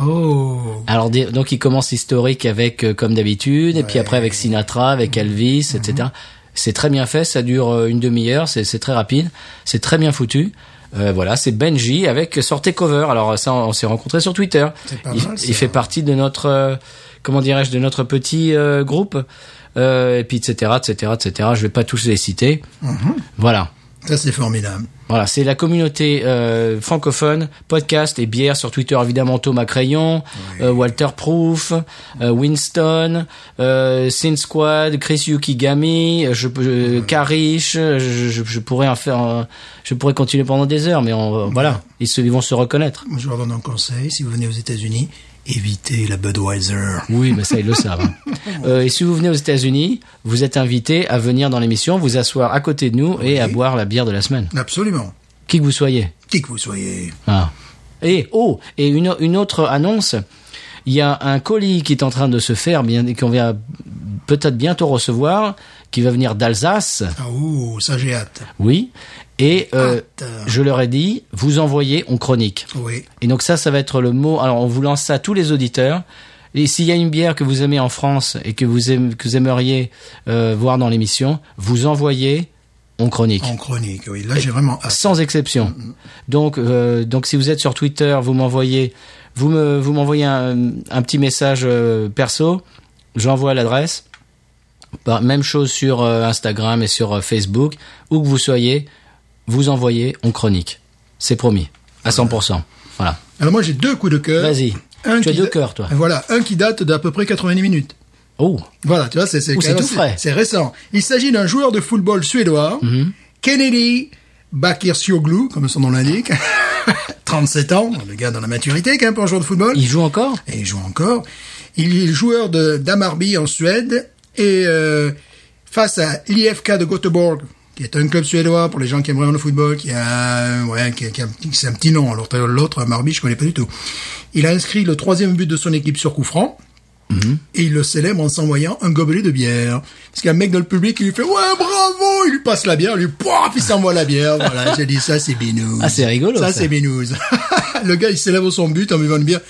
Speaker 2: Oh.
Speaker 1: Alors des- donc il commence historique avec euh, comme d'habitude et puis après avec Sinatra, avec Elvis, etc.
Speaker 2: Mhm.
Speaker 1: C'est très bien fait, ça dure euh, une demi-heure, c'est c'est très rapide, c'est très bien foutu. Euh, voilà, c'est Benji avec Sortez Cover. Alors ça, on, on s'est rencontrés sur Twitter.
Speaker 2: C'est pas
Speaker 1: il,
Speaker 2: mal, ça.
Speaker 1: il fait partie de notre, euh, comment dirais-je, de notre petit euh,
Speaker 2: Mhm.
Speaker 1: groupe. Euh, et puis etc. etc. etc. Je vais pas tous les citer. Voilà.
Speaker 2: Ça, c'est formidable.
Speaker 1: Voilà, c'est la communauté euh, francophone, podcast et bière sur Twitter, évidemment, Thomas Crayon,
Speaker 2: Oui.
Speaker 1: euh, Walter Proof, euh, Winston, euh, Sin Squad, Chris Yukigami, euh, je, peux- euh, Karish, euh, je, je, je pourrais en faire, euh, je pourrais continuer pendant des heures, mais on, euh, voilà, ils, se, ils vont se reconnaître.
Speaker 2: Je leur donne un conseil, si vous venez aux États-Unis, évitez la Budweiser.
Speaker 1: Oui, mais ça, ils le savent. hein. Euh, et si vous venez aux États-Unis, vous êtes invité à venir dans l'émission, vous asseoir à côté de nous et à boire la bière de la semaine.
Speaker 2: Absolument.
Speaker 1: Qui que vous soyez.
Speaker 2: Qui que vous soyez.
Speaker 1: Ah. Et oh, et une, au- une autre annonce. Il y a un colis qui est en train de se faire, bien qu'on va peut-être bientôt recevoir, qui va venir d'Alsace.
Speaker 2: Ah ouh, ça j'ai hâte.
Speaker 1: Oui. Et euh,
Speaker 2: Hâte.
Speaker 1: je leur ai dit, vous envoyez en chronique.
Speaker 2: Oui.
Speaker 1: Et donc ça, ça va être le mot. Alors on vous lance ça à tous les auditeurs. Et s'il y a une bière que vous aimez en France et que vous, aime- que vous aimeriez euh, voir dans l'émission, vous envoyez en chronique.
Speaker 2: En chronique, oui. Là, j'ai vraiment hâte.
Speaker 1: Sans exception. Donc, euh, donc si vous êtes sur Twitter, vous m'envoyez, vous me, vous m'envoyez un, un petit message euh, perso, j'envoie l'adresse. Par- Même chose sur euh, Instagram et sur euh, Facebook. Où que vous soyez, vous envoyez, on chronique. C'est promis. À 100%. Voilà.
Speaker 2: Alors moi, j'ai deux coups de cœur.
Speaker 1: Vas-y.
Speaker 2: Un
Speaker 1: Tu as
Speaker 2: qui
Speaker 1: deux
Speaker 2: da-
Speaker 1: cœurs, toi.
Speaker 2: Voilà, un qui date d'à peu près 90 minutes.
Speaker 1: Oh.
Speaker 2: Voilà, tu vois, c'est c'est
Speaker 1: Ouh,
Speaker 2: quand
Speaker 1: c'est
Speaker 2: même
Speaker 1: tout
Speaker 2: assez-
Speaker 1: frais. Mhm.
Speaker 2: C'est récent. Il s'agit d'un joueur de football suédois, Kennedy Bakircioglu, comme son nom l'indique. [LAUGHS] 37 ans, le gars dans la maturité quand même pour un joueur de football.
Speaker 1: Il joue encore?
Speaker 2: Et il joue encore. Il est joueur de d'Amarby en Suède et euh, face à l'IFK de Göteborg, qui est un club suédois pour les gens qui aiment vraiment le football, qui a ouais, qui, a- qui a un petit- c'est un petit nom. Alors t'as l'autre Amarby, je connais pas du tout. Il a inscrit le troisième but de son équipe sur coup franc.
Speaker 1: Mhm.
Speaker 2: Et il le célèbre en s'envoyant un gobelet de bière. Parce qu'un mec dans le public, il lui fait, ouais, bravo! Il lui passe la bière, lui, pouf, il s'envoie la bière. Voilà, j'ai dit, ça, c'est binous.
Speaker 1: Ah, c'est rigolo,
Speaker 2: Ça,
Speaker 1: ça.
Speaker 2: c'est binous. [LAUGHS] le gars, il célèbre son but en buvant une bière.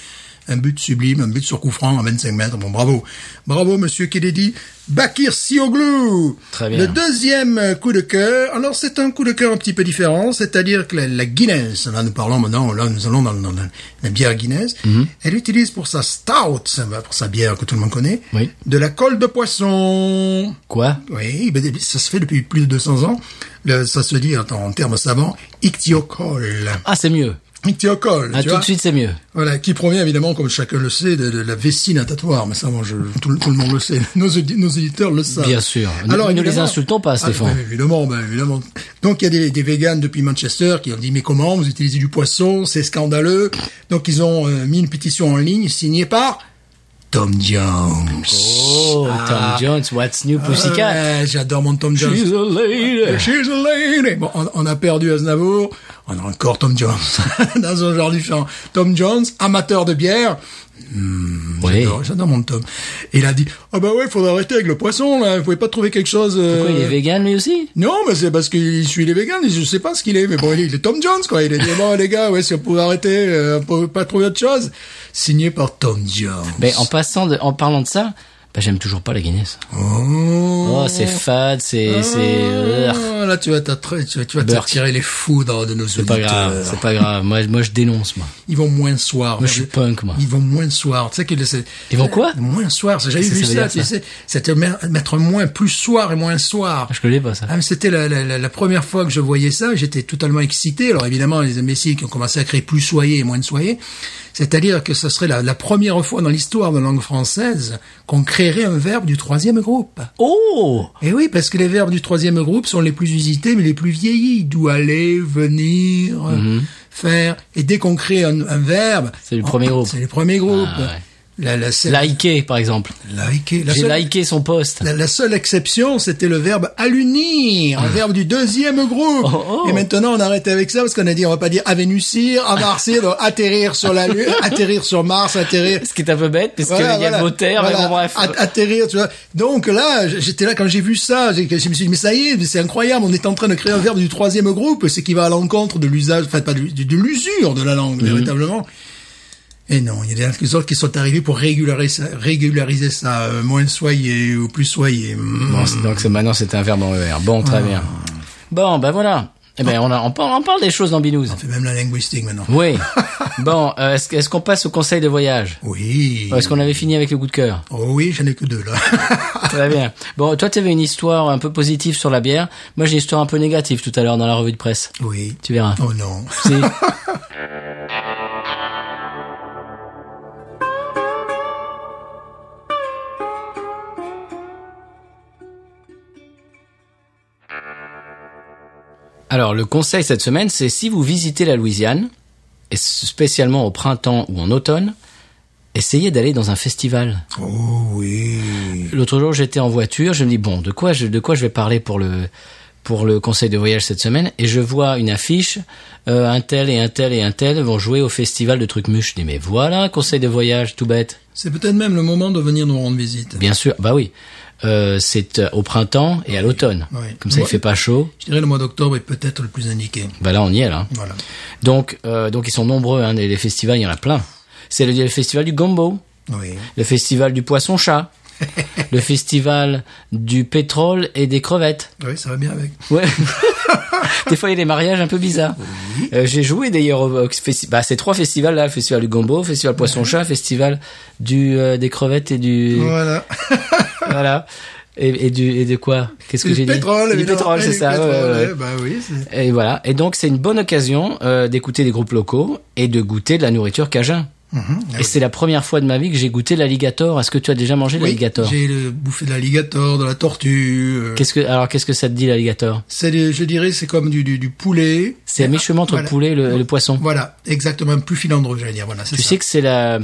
Speaker 2: Un but sublime, un but sur coup franc à 25 mètres. Bon, bravo. Bravo, monsieur Kennedy. Bakir Sioglou.
Speaker 1: Très bien.
Speaker 2: Le deuxième coup de cœur. Alors, c'est un coup de cœur un petit peu différent. C'est-à-dire que la, la Guinness, là, nous parlons maintenant, là, nous allons dans, dans la, la bière Guinness.
Speaker 1: Mhm.
Speaker 2: Elle utilise pour sa stout, ça va, pour sa bière que tout le monde connaît,
Speaker 1: Oui.
Speaker 2: de la colle de poisson.
Speaker 1: Quoi?
Speaker 2: Oui, ben, ça se fait depuis plus de 200 ans. Le- ça se dit en, en termes savants, ichthyocolle.
Speaker 1: Ah, c'est mieux.
Speaker 2: Ichthyocolle,
Speaker 1: Ah,
Speaker 2: tu
Speaker 1: tout
Speaker 2: vois
Speaker 1: de suite, c'est mieux.
Speaker 2: voilà, qui provient évidemment, comme chacun le sait, de, de la vessie natatoire. Mais ça, bon, je, tout, le- tout le monde le sait. [LAUGHS] Nos, audi- nos éditeurs le savent.
Speaker 1: Bien sûr. Nous- nous ne les
Speaker 2: évidemment-
Speaker 1: insultons pas, Stéphane.
Speaker 2: Ah, ben, évidemment, ben, évidemment. Donc, il y a des, des véganes depuis Manchester qui ont dit, mais comment vous utilisez du poisson C'est scandaleux. Donc, ils ont euh, mis une pétition en ligne signée par Tom Jones.
Speaker 1: Oh, Tom Jones, what's new, Pussycat?
Speaker 2: Ouais, J'adore mon Tom Jones.
Speaker 1: She's a lady.
Speaker 2: She's a lady. Bon, on, on a perdu Aznavour, on a encore Tom Jones [LAUGHS] dans un genre différent. Tom Jones, amateur de bière,
Speaker 1: Oui.
Speaker 2: j'adore- j'adore mon Tom. Et il a dit, ah bah ouais, faudrait arrêter avec le poisson, là, vous pouvez pas trouver quelque chose... euh,
Speaker 1: Pourquoi il est vegan lui aussi
Speaker 2: non, mais c'est parce qu'il suit les végans, je sais pas ce qu'il est, mais bon, il est- il est Tom Jones, quoi. Il est dit, bon, les gars, ouais, si on pouvait arrêter, euh, on pouvait pas trouver autre chose. Signé par Tom Jones.
Speaker 1: Mais Ben, en passant, de, en parlant de ça, bah, j'aime toujours pas la Guinness.
Speaker 2: Oh.
Speaker 1: Oh, c'est fade, c'est, c'est, Urgh.
Speaker 2: Ah, là, tu vas t'attirer, tu vas, tu vas
Speaker 1: Burke.
Speaker 2: t'attirer les foudres de nos
Speaker 1: c'est pas grave, c'est pas grave. Moi, moi, je dénonce moi.
Speaker 2: Ils vont moins soir.
Speaker 1: Moi, je suis punk, moi.
Speaker 2: Ils vont moins soir. Tu sais que c'est-
Speaker 1: Ils vont quoi
Speaker 2: Moins soir. J'ai jamais
Speaker 1: Qu'est-ce que
Speaker 2: vu
Speaker 1: ça
Speaker 2: ça.
Speaker 1: veut
Speaker 2: tu
Speaker 1: dire, ça
Speaker 2: sais, c'était mer- mettre moins plus soir et moins soir.
Speaker 1: Ah, Je connais pas ça.
Speaker 2: Ah, mais c'était la, la- la- la première fois que je voyais ça, j'étais totalement excité. Alors évidemment, les imbéciles qui ont commencé à créer plus soyez et moins de soyez, c'est-à-dire que ce serait la, la première fois dans l'histoire de la langue française qu'on créerait un verbe du troisième groupe.
Speaker 1: Oh,
Speaker 2: Et Eh oui, parce que les verbes du troisième groupe sont les plus usités, mais les plus vieillis. D'où aller, venir, faire. Et dès qu'on crée un, un verbe...
Speaker 1: Mhm. C'est le premier
Speaker 2: on-
Speaker 1: groupe. Ah,
Speaker 2: C'est le premier groupe.
Speaker 1: ouais.
Speaker 2: La, la, c'est-
Speaker 1: liker par exemple.
Speaker 2: liker. La
Speaker 1: J'ai
Speaker 2: seule-
Speaker 1: liké son post.
Speaker 2: la, la seule exception, c'était le verbe alunir, un verbe du deuxième groupe.
Speaker 1: Ah. Oh, oh.
Speaker 2: Et maintenant, on arrête avec ça parce qu'on a dit, on va pas dire avenucir, amarcir, donc atterrir sur la
Speaker 1: [LAUGHS]
Speaker 2: lune, atterrir sur Mars, atterrir.
Speaker 1: [LAUGHS] Ce qui est un peu bête parce qu'il
Speaker 2: Voilà,
Speaker 1: y a le
Speaker 2: voilà,
Speaker 1: mot terre, mais
Speaker 2: voilà,
Speaker 1: bon bref.
Speaker 2: at- atterrir, tu vois. Donc là, j- j'étais là quand j'ai vu ça, j'ai- je me suis dit, mais ça y est, c'est incroyable, on est en train de créer un verbe du troisième groupe, ce qui va à l'encontre de l'usage, enfin pas de, l'us- de l'usure de la langue,
Speaker 1: Mhm.
Speaker 2: véritablement. Et non, il y a des autres qui sont arrivés pour régulariser, régulariser ça, euh, moins soyez ou plus soyez. Mm.
Speaker 1: Mhm.
Speaker 2: Ah.
Speaker 1: Bon, c'est- donc c'est- maintenant c'est un verbe en ER. Bon, très bien. Bon, ben voilà. Eh ben, on, a- on parle, on parle des choses dans Binouze.
Speaker 2: On fait même la linguistique maintenant.
Speaker 1: Oui. Bon, euh, est-ce, que- est-ce qu'on passe au conseil de voyage
Speaker 2: Oui.
Speaker 1: Est-ce qu'on avait fini avec le coup de cœur
Speaker 2: Oh oui, j'en ai que deux là. [LAUGHS]
Speaker 1: Très bien. Bon, toi, tu avais une histoire un peu positive sur la bière. Moi, j'ai une histoire un peu négative tout à l'heure dans la revue de presse.
Speaker 2: oui.
Speaker 1: Tu verras.
Speaker 2: Oh non.
Speaker 1: Si. Alors, le conseil cette semaine, c'est si vous visitez la Louisiane, et spécialement au printemps ou en automne, essayez d'aller dans un festival.
Speaker 2: Oh oui.
Speaker 1: L'autre jour, j'étais en voiture, je me dis bon, de quoi je, de quoi je vais parler pour le pour le conseil de voyage cette semaine et je vois une affiche euh, un tel et un tel et un tel vont jouer au festival de Trucmuche. Je dis mais voilà, un conseil de voyage tout bête.
Speaker 2: C'est peut-être même le moment de venir nous rendre visite.
Speaker 1: Bien sûr. Bah oui. Euh, c'est euh, au printemps et à l'automne.
Speaker 2: Oui.
Speaker 1: Comme ça il
Speaker 2: Ouais.
Speaker 1: fait pas chaud.
Speaker 2: Je dirais le mois d'octobre est peut-être le plus indiqué.
Speaker 1: Bah là on y est là.
Speaker 2: Voilà.
Speaker 1: Donc euh, donc ils sont nombreux hein, les les festivals, il y en a plein. C'est le, le festival du gombo,
Speaker 2: Oui.
Speaker 1: le festival du poisson
Speaker 2: [LAUGHS]
Speaker 1: chat, le festival du pétrole et des crevettes.
Speaker 2: Oui, ça va bien avec.
Speaker 1: Ouais. [LAUGHS] des fois, il y a des mariages un peu bizarres. Euh, J'ai joué d'ailleurs au, au festi- bah, ces trois festivals là, le festival du gombo, festival poisson chat, festival du euh, des crevettes et du
Speaker 2: Voilà.
Speaker 1: voilà et, et du et de quoi Qu'est-ce que
Speaker 2: Du
Speaker 1: j'ai dit
Speaker 2: pétrole,
Speaker 1: Et Du
Speaker 2: évidemment.
Speaker 1: pétrole,
Speaker 2: Et
Speaker 1: c'est
Speaker 2: du
Speaker 1: ça. ouais,
Speaker 2: pétrole,
Speaker 1: ouais, ouais.
Speaker 2: ouais, Bah oui, c'est-
Speaker 1: Et voilà. Et donc, c'est une bonne occasion euh, d'écouter des groupes locaux et de goûter de la nourriture cajun.
Speaker 2: Mhm. Ah
Speaker 1: Et c'est la première fois de ma vie que j'ai goûté l'alligator. Est-ce que tu as déjà mangé
Speaker 2: Oui,
Speaker 1: l'alligator
Speaker 2: J'ai le- bouffé de l'alligator, de la tortue. euh,
Speaker 1: Qu'est-ce que alors qu'est-ce que ça te dit l'alligator
Speaker 2: c'est des- je dirais, c'est comme du, du, du poulet.
Speaker 1: C'est à mi-chemin entre
Speaker 2: Ah, Voilà.
Speaker 1: le poulet et le- et le poisson.
Speaker 2: Voilà, exactement, plus filandreux, j'allais dire. Voilà, c'est
Speaker 1: Tu
Speaker 2: ça.
Speaker 1: sais que c'est la,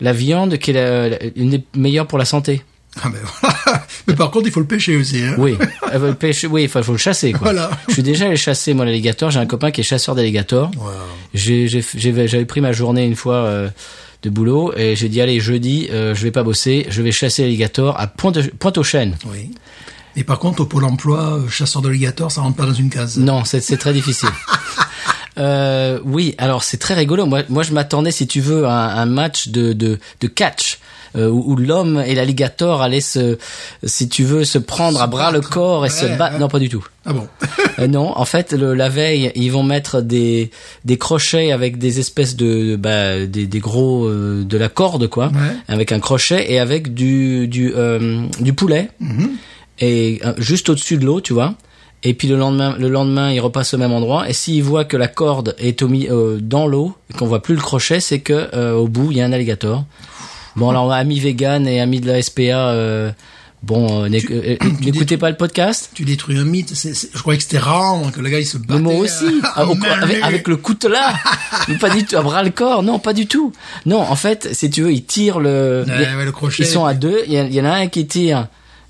Speaker 1: la viande qui est la- la- une des meilleures pour la santé.
Speaker 2: Ah ben voilà. [LAUGHS] Mais par contre, il faut le pêcher aussi. Hein.
Speaker 1: [LAUGHS] Oui, Euh, le pêche, oui, enfin, faut le chasser. Quoi.
Speaker 2: Voilà.
Speaker 1: Je suis déjà allé chasser moi l'alligator. J'ai un copain qui est chasseur d'alligator.
Speaker 2: Wow.
Speaker 1: J'ai- j'ai- j'ai- J'avais pris ma journée une fois euh, de boulot et j'ai dit allez jeudi, euh, je vais pas bosser, je vais chasser l'alligator à Pointe, pointe aux Chênes.
Speaker 2: Oui. Et par contre, au Pôle emploi, euh, chasseur d'alligator, ça rentre pas dans une case.
Speaker 1: Non, c'est c'est très difficile.
Speaker 2: [LAUGHS]
Speaker 1: Euh, oui, alors c'est très rigolo. Moi, moi je m'attendais, si tu veux, à un, un match de, de, de catch. euh, où où l'homme et l'alligator allaient se, si tu veux, se prendre à bras le corps et se
Speaker 2: Ouais,
Speaker 1: battre.
Speaker 2: ouais.
Speaker 1: Non, pas du tout.
Speaker 2: Ah
Speaker 1: [LAUGHS]
Speaker 2: bon
Speaker 1: Euh, non, en fait, le, la veille, ils vont mettre des, des crochets avec des espèces de, bah, des, des gros, euh, de la corde, quoi,
Speaker 2: Ouais.
Speaker 1: avec un crochet et avec du, du, euh, du poulet,
Speaker 2: Mhm.
Speaker 1: et euh, juste au-dessus de l'eau, tu vois. Et puis le lendemain, le lendemain, ils repassent au même endroit. Et s'ils voient que la corde est au mi- euh, dans l'eau et qu'on voit plus le crochet, c'est que euh, au bout, il y a un alligator. Bon, alors ami vegan et ami de la SPA, euh, bon, euh, n'éc-
Speaker 2: [COUGHS]
Speaker 1: euh, n'écoutez pas le podcast.
Speaker 2: Tu détruis un mythe. c'est- c'est- je croyais que c'était rare, hein, que le gars, il se
Speaker 1: Mais
Speaker 2: battait.
Speaker 1: moi aussi,
Speaker 2: euh,
Speaker 1: Ah, au-
Speaker 2: mal
Speaker 1: avec,
Speaker 2: vu.
Speaker 1: avec le
Speaker 2: [LAUGHS]
Speaker 1: coutelas, Mais pas du tout, à bras le corps, non, pas du tout. Non, en fait, si tu veux, ils tirent le,
Speaker 2: Ouais,
Speaker 1: il y a-
Speaker 2: ouais, le crochet.
Speaker 1: ils sont à deux, il y, a- il y en a un qui tire.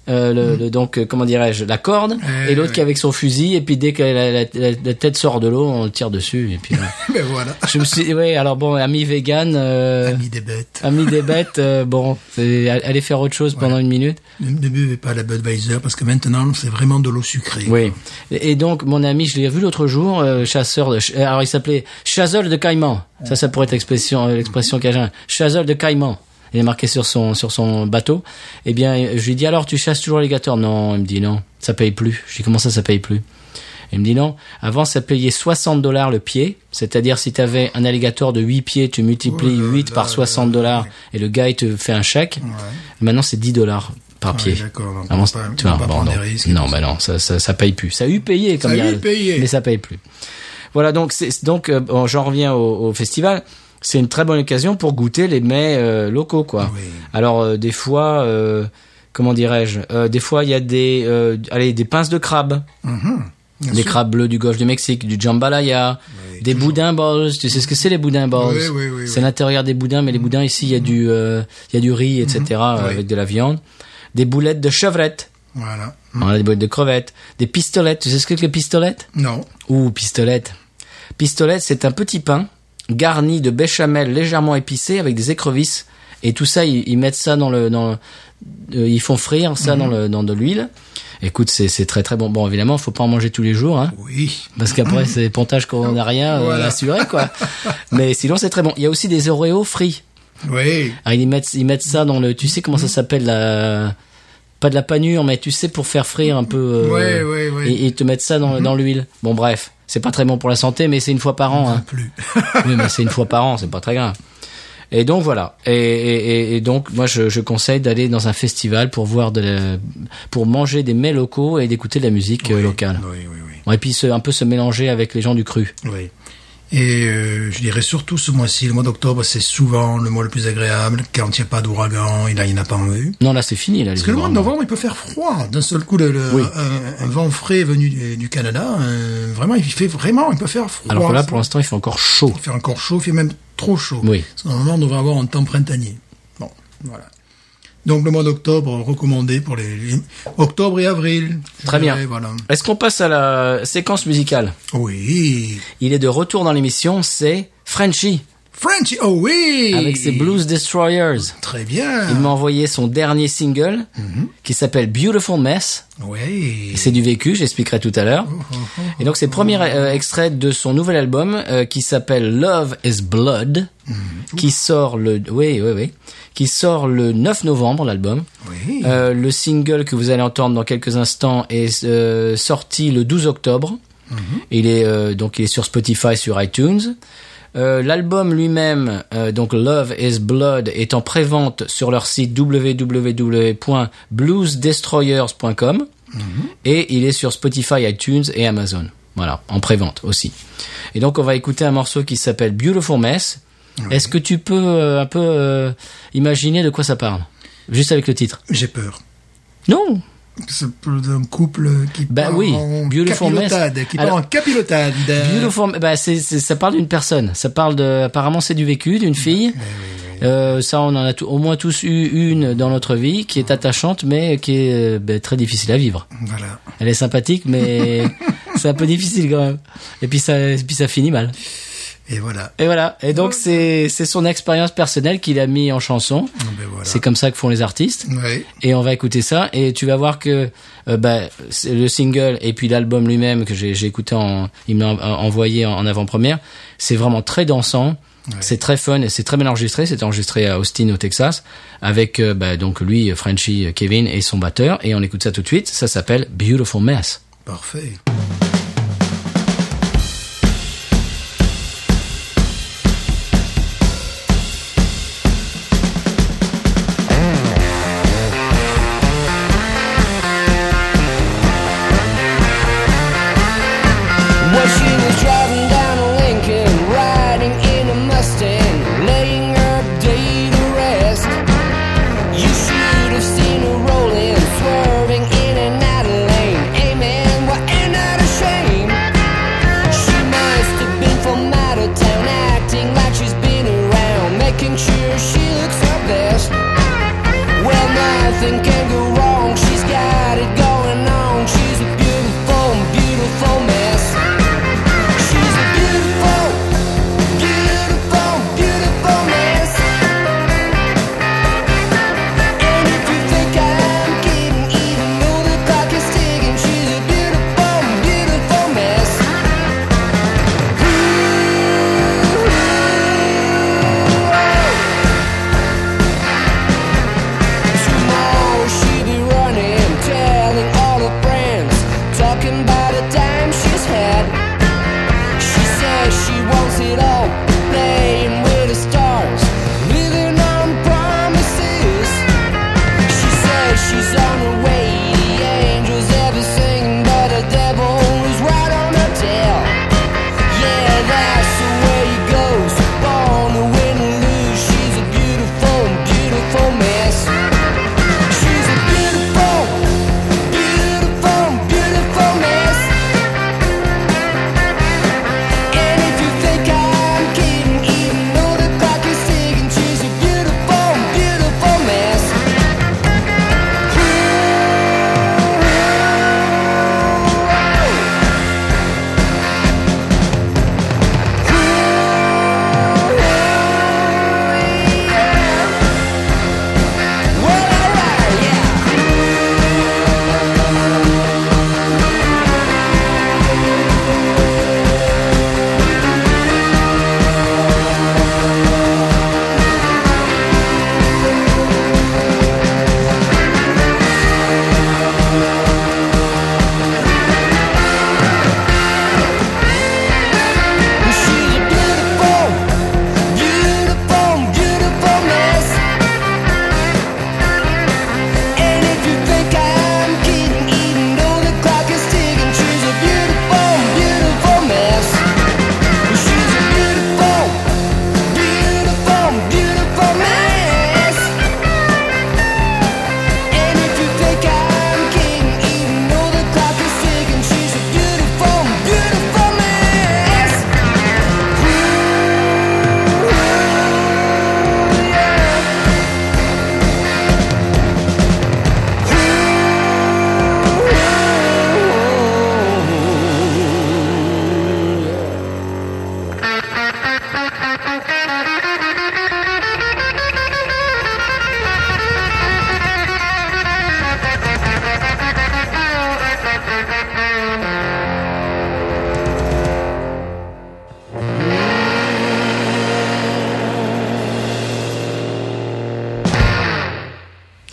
Speaker 1: euh, le, le- donc euh, comment dirais-je la corde
Speaker 2: Ouais,
Speaker 1: et l'autre
Speaker 2: ouais.
Speaker 1: qui est avec son fusil et puis dès que la, la- la- la tête sort de l'eau on le tire dessus et puis voilà.
Speaker 2: Ben voilà.
Speaker 1: je me suis dit, ouais alors bon ami vegan euh,
Speaker 2: Amis des bêtes.
Speaker 1: ami des bêtes euh, bon c'est- allez faire autre chose pendant une minute
Speaker 2: Ne, ne buvez pas la Budweiser parce que maintenant, c'est vraiment de l'eau sucrée.
Speaker 1: Oui. Et et donc, mon ami, je l'ai vu l'autre jour, euh, chasseur de... ch- euh, Alors, il s'appelait Chazol de Caïman. Ça, ça pourrait être l'expression, euh, l'expression cajun. Chazol de Caïman. Il est marqué sur son, sur son bateau. Eh bien, euh, je lui dis, alors, tu chasses toujours l'alligator Non, il me dit non. Ça paye plus. Je lui dis, comment ça, ça paye plus Il me dit non. Avant, ça payait 60 dollars le pied. C'est-à-dire, si tu avais un alligator de 8 pieds, tu multiplies
Speaker 2: Oh là
Speaker 1: 8 par
Speaker 2: là
Speaker 1: 60 dollars et le gars, il te fait un chèque. Maintenant, c'est 10 dollars par
Speaker 2: Ouais,
Speaker 1: pied.
Speaker 2: d'accord, donc on
Speaker 1: Vraiment,
Speaker 2: peut pas-
Speaker 1: tu
Speaker 2: on
Speaker 1: vois,
Speaker 2: peut
Speaker 1: Ah bon,
Speaker 2: pas prendre
Speaker 1: non.
Speaker 2: des risques.
Speaker 1: Non, bah non, ça, ça, ça paye plus. Ça a eu payé, comme
Speaker 2: Ça a
Speaker 1: dirait-
Speaker 2: eu payé.
Speaker 1: Mais ça paye plus. Voilà, donc, c'est, donc, euh, bon, j'en reviens au, au festival. C'est une très bonne occasion pour goûter les mets euh, locaux, quoi.
Speaker 2: Oui.
Speaker 1: Alors, euh, des fois, euh, comment dirais-je euh, Des fois, il y a des, euh, allez, des pinces de crabe,
Speaker 2: Mhm. Bien
Speaker 1: des
Speaker 2: sûr.
Speaker 1: crabes bleus du gauche du Mexique, du jambalaya,
Speaker 2: Oui,
Speaker 1: des boudins balls. Tu sais ce que c'est les boudins balls
Speaker 2: Oui, oui, oui,
Speaker 1: C'est
Speaker 2: oui. Mhm.
Speaker 1: l'intérieur des boudins, mais les boudins ici, il y a du, euh, il y a du riz, etc. euh,
Speaker 2: Oui.
Speaker 1: avec de la viande, des boulettes de chevrette.
Speaker 2: Voilà.
Speaker 1: On a des boîtes de crevettes, des pistolettes. Tu sais ce que c'est que les pistolettes
Speaker 2: Non.
Speaker 1: Ouh, pistolettes. Pistolettes, c'est un petit pain garni de béchamel légèrement épicé avec des écrevisses. Et tout ça, ils, ils mettent ça dans le... Dans le- euh, ils font frire
Speaker 2: Mhm.
Speaker 1: ça dans, le, dans de l'huile. Écoute, c'est c'est très très bon. Bon, évidemment, faut pas en manger tous les jours, hein,
Speaker 2: Oui.
Speaker 1: parce qu'après c'est pontage qu'on n'a rien euh,
Speaker 2: Mhm. Voilà.
Speaker 1: assuré, quoi.
Speaker 2: [LAUGHS]
Speaker 1: Mais sinon, c'est très bon. Il y a aussi des Oreos frits.
Speaker 2: Oui.
Speaker 1: Ah, ils mettent ils mettent ça dans le. Tu sais comment
Speaker 2: Mhm.
Speaker 1: ça s'appelle la pas de la panure, mais tu sais pour faire frire un peu. euh,
Speaker 2: Ouais, ouais, ouais.
Speaker 1: Et, et ils te mettent ça dans, dans l'huile. Bon bref, C'est pas très bon pour la santé, mais c'est une fois par
Speaker 2: [LAUGHS]
Speaker 1: an. Hein.
Speaker 2: plus.
Speaker 1: oui, mais c'est une fois par an, c'est pas très grave. Et donc voilà. Et, et- et- et donc moi je, je conseille d'aller dans un festival pour voir de la- pour manger des mets locaux et d'écouter de la musique euh,
Speaker 2: Oui,
Speaker 1: locale.
Speaker 2: Oui, oui, oui.
Speaker 1: Bon, et puis se- un peu se mélanger avec les gens du cru.
Speaker 2: Oui. Et euh, je dirais surtout ce mois-ci, le mois d'octobre, c'est souvent le mois le plus agréable quand il n'y a pas d'ouragan et là il n'y en a pas en eu.
Speaker 1: Non là c'est fini là. les
Speaker 2: Parce que le mois de
Speaker 1: ouragans.
Speaker 2: novembre, il peut faire froid. D'un seul coup, le, le-
Speaker 1: Oui.
Speaker 2: un, un vent frais venu du, du Canada, euh, vraiment, il fait vraiment, il peut faire froid.
Speaker 1: Alors que là pour l'instant il fait encore chaud.
Speaker 2: Il fait encore chaud, il fait même trop chaud.
Speaker 1: Oui.
Speaker 2: Parce que normalement, on devrait avoir un temps printanier. Bon, voilà. Donc le mois d'octobre recommandé pour les, les- octobre et avril. je
Speaker 1: Très bien.
Speaker 2: dirais, Voilà.
Speaker 1: Est-ce qu'on passe à la séquence musicale
Speaker 2: Oui.
Speaker 1: Il est de retour dans l'émission, c'est Frenchy
Speaker 2: French, oh oui.
Speaker 1: avec ses Blues Destroyers.
Speaker 2: Très bien.
Speaker 1: Il m'a envoyé son dernier single qui s'appelle Beautiful Mess.
Speaker 2: Oui.
Speaker 1: Et C'est du vécu, j'expliquerai tout à l'heure. Et donc c'est le premier euh, extrait de son nouvel album euh, qui s'appelle Love is Blood, qui sort le oui oui oui, qui sort le 9 novembre l'album.
Speaker 2: Oui.
Speaker 1: Euh, le single que vous allez entendre dans quelques instants est euh, sorti le 12 octobre. Il est euh, donc il est sur Spotify, sur iTunes. Euh, L'album lui-même, euh, donc Love is Blood, est en prévente sur leur site www.bluesdestroyers.com et il est sur Spotify, iTunes et Amazon. Voilà, en prévente aussi. Et donc on va écouter un morceau qui s'appelle Beautiful Mess. Est-ce que tu peux euh, un peu euh, imaginer de quoi ça parle Juste avec le titre.
Speaker 2: J'ai peur.
Speaker 1: Non.
Speaker 2: C'est pour un couple qui
Speaker 1: Bah
Speaker 2: part
Speaker 1: oui,
Speaker 2: en
Speaker 1: Beautiful Mess.
Speaker 2: capilotade, qui part
Speaker 1: Alors-
Speaker 2: en capilotade.
Speaker 1: Beautiful. Bah, c'est, c'est- ça parle d'une personne. Ça parle de. Apparemment, c'est du vécu d'une fille. Euh, ça, on en a tou- au moins tous eu une dans notre vie qui est attachante, mais qui est euh, bah, très difficile à vivre.
Speaker 2: Voilà.
Speaker 1: Elle est sympathique, mais c'est un peu difficile quand même. Et puis ça, et puis ça finit mal.
Speaker 2: Et voilà.
Speaker 1: Et voilà. Et donc c'est, c'est son expérience personnelle qu'il a mis en chanson.
Speaker 2: Ben voilà.
Speaker 1: C'est comme ça que font les artistes.
Speaker 2: Oui.
Speaker 1: et on va écouter ça et tu vas voir que euh, bah, c'est le single et puis l'album lui-même que j'ai j'ai écouté en il m'a en- euh, envoyé en en avant-première c'est vraiment très dansant c'est très fun et c'est très bien enregistré c'est enregistré à Austin au Texas avec euh, bah, donc lui Frenchy euh, Kevin et son batteur et on écoute ça tout de suite ça s'appelle Beautiful Mess
Speaker 2: Parfait.
Speaker 3: Well, she was driving down a Lincoln, riding in a Mustang, laying her day to rest. You should have seen her rolling, swerving in an out of lane. Amen. What an